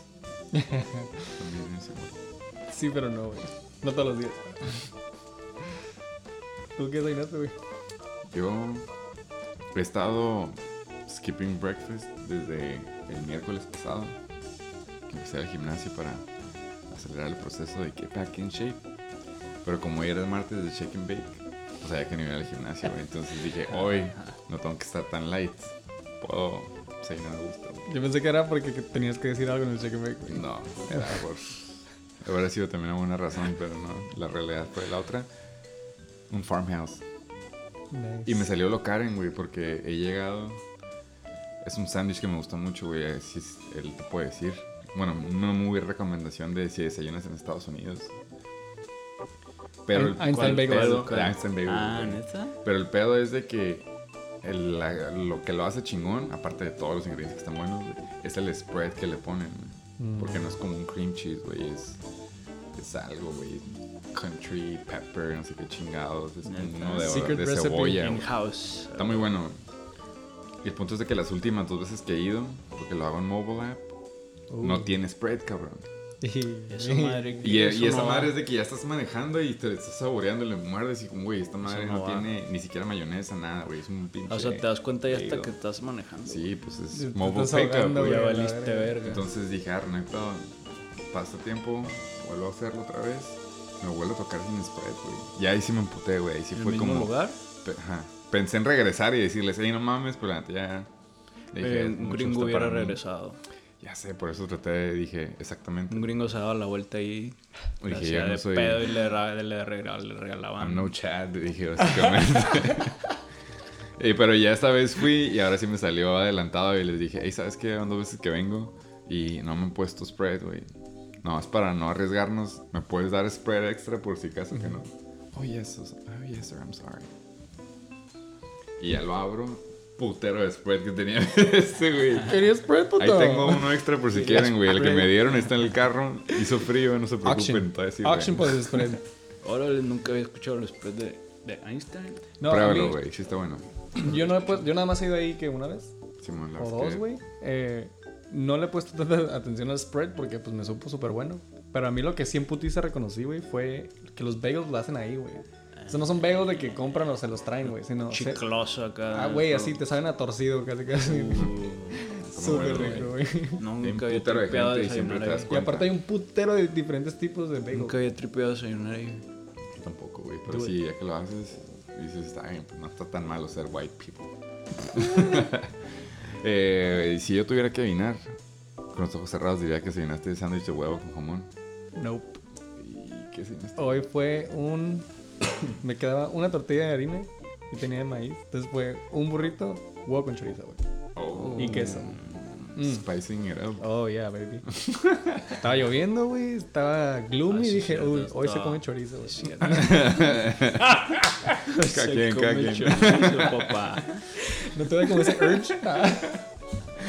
Speaker 2: También es igual.
Speaker 6: Sí, pero no, güey. No todos los días. ¿Tú qué desayunaste, güey?
Speaker 2: Yo he estado skipping breakfast desde el miércoles pasado, que empecé el gimnasio para acelerar el proceso de que back in shape. Pero como hoy era el martes de shake and bake, o sea, ya que no iba al gimnasio, güey, entonces dije, hoy no tengo que estar tan light. Puedo desayunar a gusto. güey".
Speaker 6: Yo pensé que era porque que tenías que decir algo en el check and bake, güey.
Speaker 2: No, era por. Hubiera sido también alguna razón, pero no. La realidad fue la otra. Un farmhouse.
Speaker 6: Nice.
Speaker 2: Y me salió lo Karen, güey, porque he llegado. Es un sándwich que me gusta mucho, güey. Así es- él te puede decir. Bueno, una muy recomendación de si desayunas en Estados Unidos. Pero el,
Speaker 6: Einstein
Speaker 2: ¿cuál
Speaker 6: Bagels.
Speaker 2: pedo?
Speaker 6: ¿Cuál?
Speaker 2: De Einstein Bagels,
Speaker 14: Ah,
Speaker 2: güey.
Speaker 14: ¿neta?
Speaker 2: Pero el pedo es de que el- la- lo que lo hace chingón, aparte de todos los ingredientes que están buenos, güey, es el spread que le ponen, güey.
Speaker 6: Mm.
Speaker 2: Porque no es como un cream cheese, güey. Es, es algo, güey. Country, pepper, no sé qué chingados. Es como
Speaker 14: Neta.
Speaker 2: uno de,
Speaker 14: Secret
Speaker 2: de
Speaker 14: recipe
Speaker 2: cebolla. güey.
Speaker 14: in-house.
Speaker 2: Está muy bueno. Y el punto es de que las últimas dos veces que he ido, porque lo hago en mobile app, no tiene spread, cabrón.
Speaker 14: Esa madre.
Speaker 2: Y, e-,
Speaker 14: eso
Speaker 2: y esa
Speaker 14: no va.
Speaker 2: madre es de que ya estás manejando y te estás saboreando, le muerdes y como, güey, esta madre
Speaker 14: Eso
Speaker 2: no,
Speaker 14: no va.
Speaker 2: tiene ni siquiera mayonesa, nada, güey. Es un pinche.
Speaker 14: O sea, te das cuenta ya hasta
Speaker 2: pedo.
Speaker 14: que estás manejando.
Speaker 2: Sí, pues
Speaker 14: Te
Speaker 2: es
Speaker 14: estás
Speaker 2: mobile pickup,
Speaker 14: ahogando,
Speaker 2: güey.
Speaker 14: güey, a la Valiste verga. verga.
Speaker 2: Entonces dije, ah, no hay pedo. Pasa tiempo, vuelvo a hacerlo otra vez. Me vuelvo a tocar sin spread, güey. Y ahí sí me emputé, güey. Ahí sí
Speaker 14: ¿En el
Speaker 2: fue
Speaker 14: mismo
Speaker 2: como.
Speaker 14: lugar?
Speaker 2: Pe- ajá. Pensé en regresar y decirles, hey, no mames, pero la neta ya. le dije,
Speaker 14: Eh,
Speaker 2: "Es
Speaker 14: un
Speaker 2: mucho
Speaker 14: gringo
Speaker 2: esto
Speaker 14: hubiera
Speaker 2: para mí".
Speaker 14: regresado.
Speaker 2: Ya sé, por eso traté, de- dije, exactamente.
Speaker 14: Un gringo se daba la vuelta ahí.
Speaker 2: Dije,
Speaker 14: la
Speaker 2: ya
Speaker 14: hacía
Speaker 2: no
Speaker 14: de
Speaker 2: soy-
Speaker 14: pedo y le, ra- le regala- le regalaban.
Speaker 2: I'm no Chad, dije básicamente. Y, pero ya esta vez fui y ahora sí me salió adelantado y les dije, hey, ¿sabes qué? Van dos veces que vengo y no me han puesto spread, güey. No, es para no arriesgarnos. ¿Me puedes dar spread extra por si acaso que no? Oh, yes, o sea, oh, yes, sir, I'm sorry. Y ya lo abro. Putero de spread que tenía este, güey.
Speaker 6: ¿Querías spread, puto?
Speaker 2: Ahí tengo uno extra por si
Speaker 6: Querías
Speaker 2: quieren, güey. El que
Speaker 6: spread.
Speaker 2: me dieron está en el carro. Hizo frío, no se preocupen.
Speaker 6: Auction.
Speaker 2: todavía sí,
Speaker 6: Auction
Speaker 2: güey.
Speaker 6: por el spread.
Speaker 14: Órale, nunca había escuchado el spread de, de Einstein.
Speaker 6: No, a
Speaker 2: Pruébalo,
Speaker 6: mí-
Speaker 2: güey. Sí está bueno.
Speaker 6: Yo, no he puesto- yo nada más he ido ahí que una vez.
Speaker 2: Simón, la
Speaker 6: o
Speaker 2: verdad es
Speaker 6: dos,
Speaker 2: que-
Speaker 6: güey. Eh, no le he puesto tanta atención al spread porque pues me supo súper bueno. Pero a mí lo que sí en putiza reconocí, güey, fue que los bagels lo hacen ahí, güey. O sea, no son bagels de que compran o se los traen, güey, sino... se-
Speaker 14: Chicloso acá.
Speaker 6: Ah, güey, así te saben a torcido casi casi. Súper
Speaker 14: bueno,
Speaker 6: rico, güey.
Speaker 14: güey. Nunca había
Speaker 2: putero de
Speaker 14: tripeado
Speaker 2: gente y
Speaker 14: desayunar
Speaker 2: siempre te das
Speaker 14: ahí.
Speaker 6: Y aparte hay un putero de diferentes tipos de bagels.
Speaker 14: Nunca había tripeado desayunar ahí.
Speaker 2: Yo tampoco, güey. Pero
Speaker 14: Do
Speaker 2: sí, ya que lo haces, dices, está bien, pues no está tan malo ser white people. Eh, si yo tuviera que adivinar, con los ojos cerrados diría que adivinaste el sándwich de huevo con jamón.
Speaker 6: Nope.
Speaker 2: ¿Y qué adivinaste?
Speaker 6: Hoy fue un... Me quedaba una tortilla de harina y tenía de maíz. Entonces fue un burrito, huevo con chorizo, güey.
Speaker 2: Oh.
Speaker 6: Y queso. Mm.
Speaker 2: Spicing it up.
Speaker 6: Oh, yeah, baby. estaba lloviendo, güey. Estaba gloomy.
Speaker 14: Ah, sí,
Speaker 6: dije,
Speaker 14: cierto,
Speaker 6: uy, hoy se
Speaker 14: estaba-
Speaker 6: come chorizo, güey.
Speaker 14: sí, cierto.
Speaker 2: Cada
Speaker 14: Se
Speaker 2: quien,
Speaker 14: come
Speaker 2: cada quien.
Speaker 14: chorizo, papá.
Speaker 6: ¿No te da como ese urge? Ah.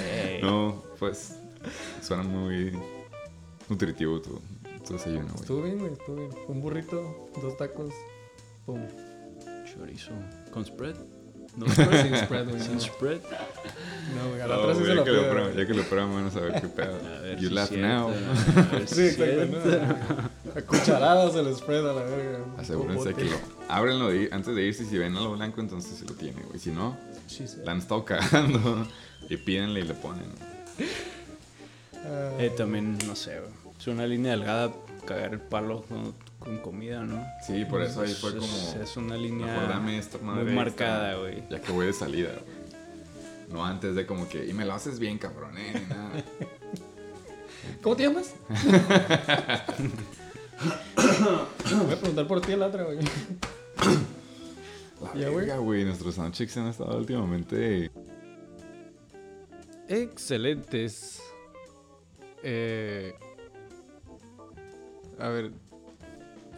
Speaker 14: Ey.
Speaker 2: No, pues suena muy nutritivo tu, tu desayuno, güey.
Speaker 6: Estuvo bien, güey. Estuvo bien. Un burrito, dos tacos. Pum.
Speaker 14: Chorizo. ¿Con spread?
Speaker 6: No, sin spread, güey.
Speaker 14: ¿Sin
Speaker 6: no.
Speaker 14: spread?
Speaker 6: No, güey. A la
Speaker 2: No,
Speaker 6: otra sí se
Speaker 2: güey, ya
Speaker 6: lo
Speaker 2: que lo
Speaker 6: pido,
Speaker 2: prueba-
Speaker 6: güey.
Speaker 2: ya que lo prueban van a saber qué pedo.
Speaker 14: A ver
Speaker 2: you
Speaker 14: si
Speaker 2: laugh
Speaker 14: es
Speaker 2: now.
Speaker 14: cierto, a ver
Speaker 6: Sí,
Speaker 14: si es
Speaker 6: exacto. no. A cucharadas el spread a la verga.
Speaker 2: Asegúrense que lo ábrenlo de ir- antes de irse. Si ven algo blanco, entonces se lo tiene, güey. Si no,
Speaker 6: Sí, sí.
Speaker 2: la han estado cagando. Y pídenle y le ponen.
Speaker 6: Ah,
Speaker 14: Eh, también, no sé, güey. es una línea delgada cagar el palo con, con comida, ¿no?
Speaker 2: Sí, por eso ahí
Speaker 14: Es-
Speaker 2: fue como.
Speaker 14: Es, es una línea
Speaker 2: Acordame esta madre.
Speaker 14: muy
Speaker 2: extra,
Speaker 14: marcada, güey.
Speaker 2: Ya que voy de salida, güey. No antes de como que. Y me lo haces bien, cabrón, eh. ni nada.
Speaker 6: ¿Cómo te llamas? Voy a preguntar por ti a la otra, güey.
Speaker 2: La
Speaker 6: Ya, güey.
Speaker 2: verga, güey. Nuestros soundchecks han estado últimamente.
Speaker 1: Excelentes. Eh, a ver.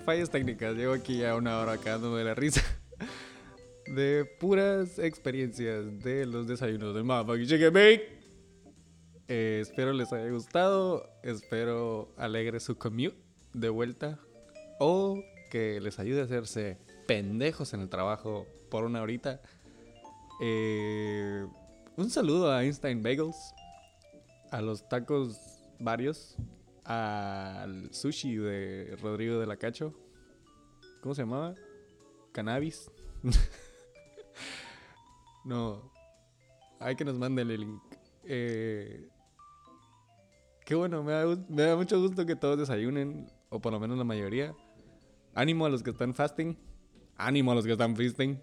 Speaker 1: Fallas técnicas. Llevo aquí ya una hora cagándome de la risa. De puras experiencias de los desayunos de Motherfucking Chicken Bake. Eh, espero les haya gustado. Espero alegre su commute de vuelta. O que les ayude a hacerse pendejos en el trabajo por una horita. Eh, un saludo a Einstein Bagels, a los tacos varios, al sushi de Rodrigo de la Cacho. ¿Cómo se llamaba? Cannabis. no. Hay que nos manden el link. Eh, qué bueno, me da, gust- me da mucho gusto que todos desayunen, o por lo menos la mayoría. Ánimo a los que están fasting. Ánimo a los que están feasting.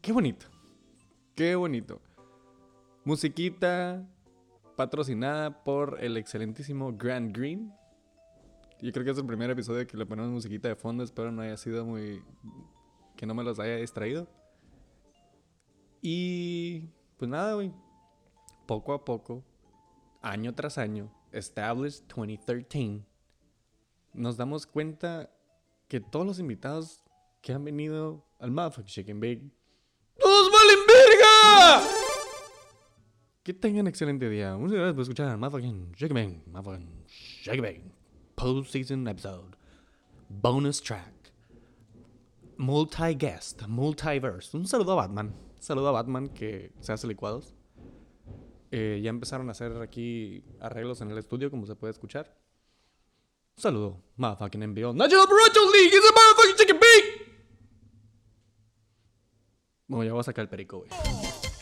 Speaker 1: Qué bonito. Qué bonito. Musiquita patrocinada por el excelentísimo Grand Green. Yo creo que es el primer episodio que le ponemos musiquita de fondo. Espero no haya sido muy... que no me los haya distraído. Y... pues nada, güey. Poco a poco, año tras año, Established 2013, nos damos cuenta que todos los invitados que han venido al Motherfucking Chicken Big ¡Todos valen verga! Que tengan excelente día. Muchas gracias por escuchar al Motherfucking Chicken Big. Motherfucking Chicken Big. Post-season episode. Bonus track. Multi-guest. Multiverse. Un saludo a Batman. Un saludo a Batman que se hace licuados. Eh, ya empezaron a hacer aquí arreglos en el estudio, como se puede escuchar. Un saludo. Motherfucking NBO. National Baracho League is a motherfucking chicken big. Bueno, ya voy a sacar el perico, güey.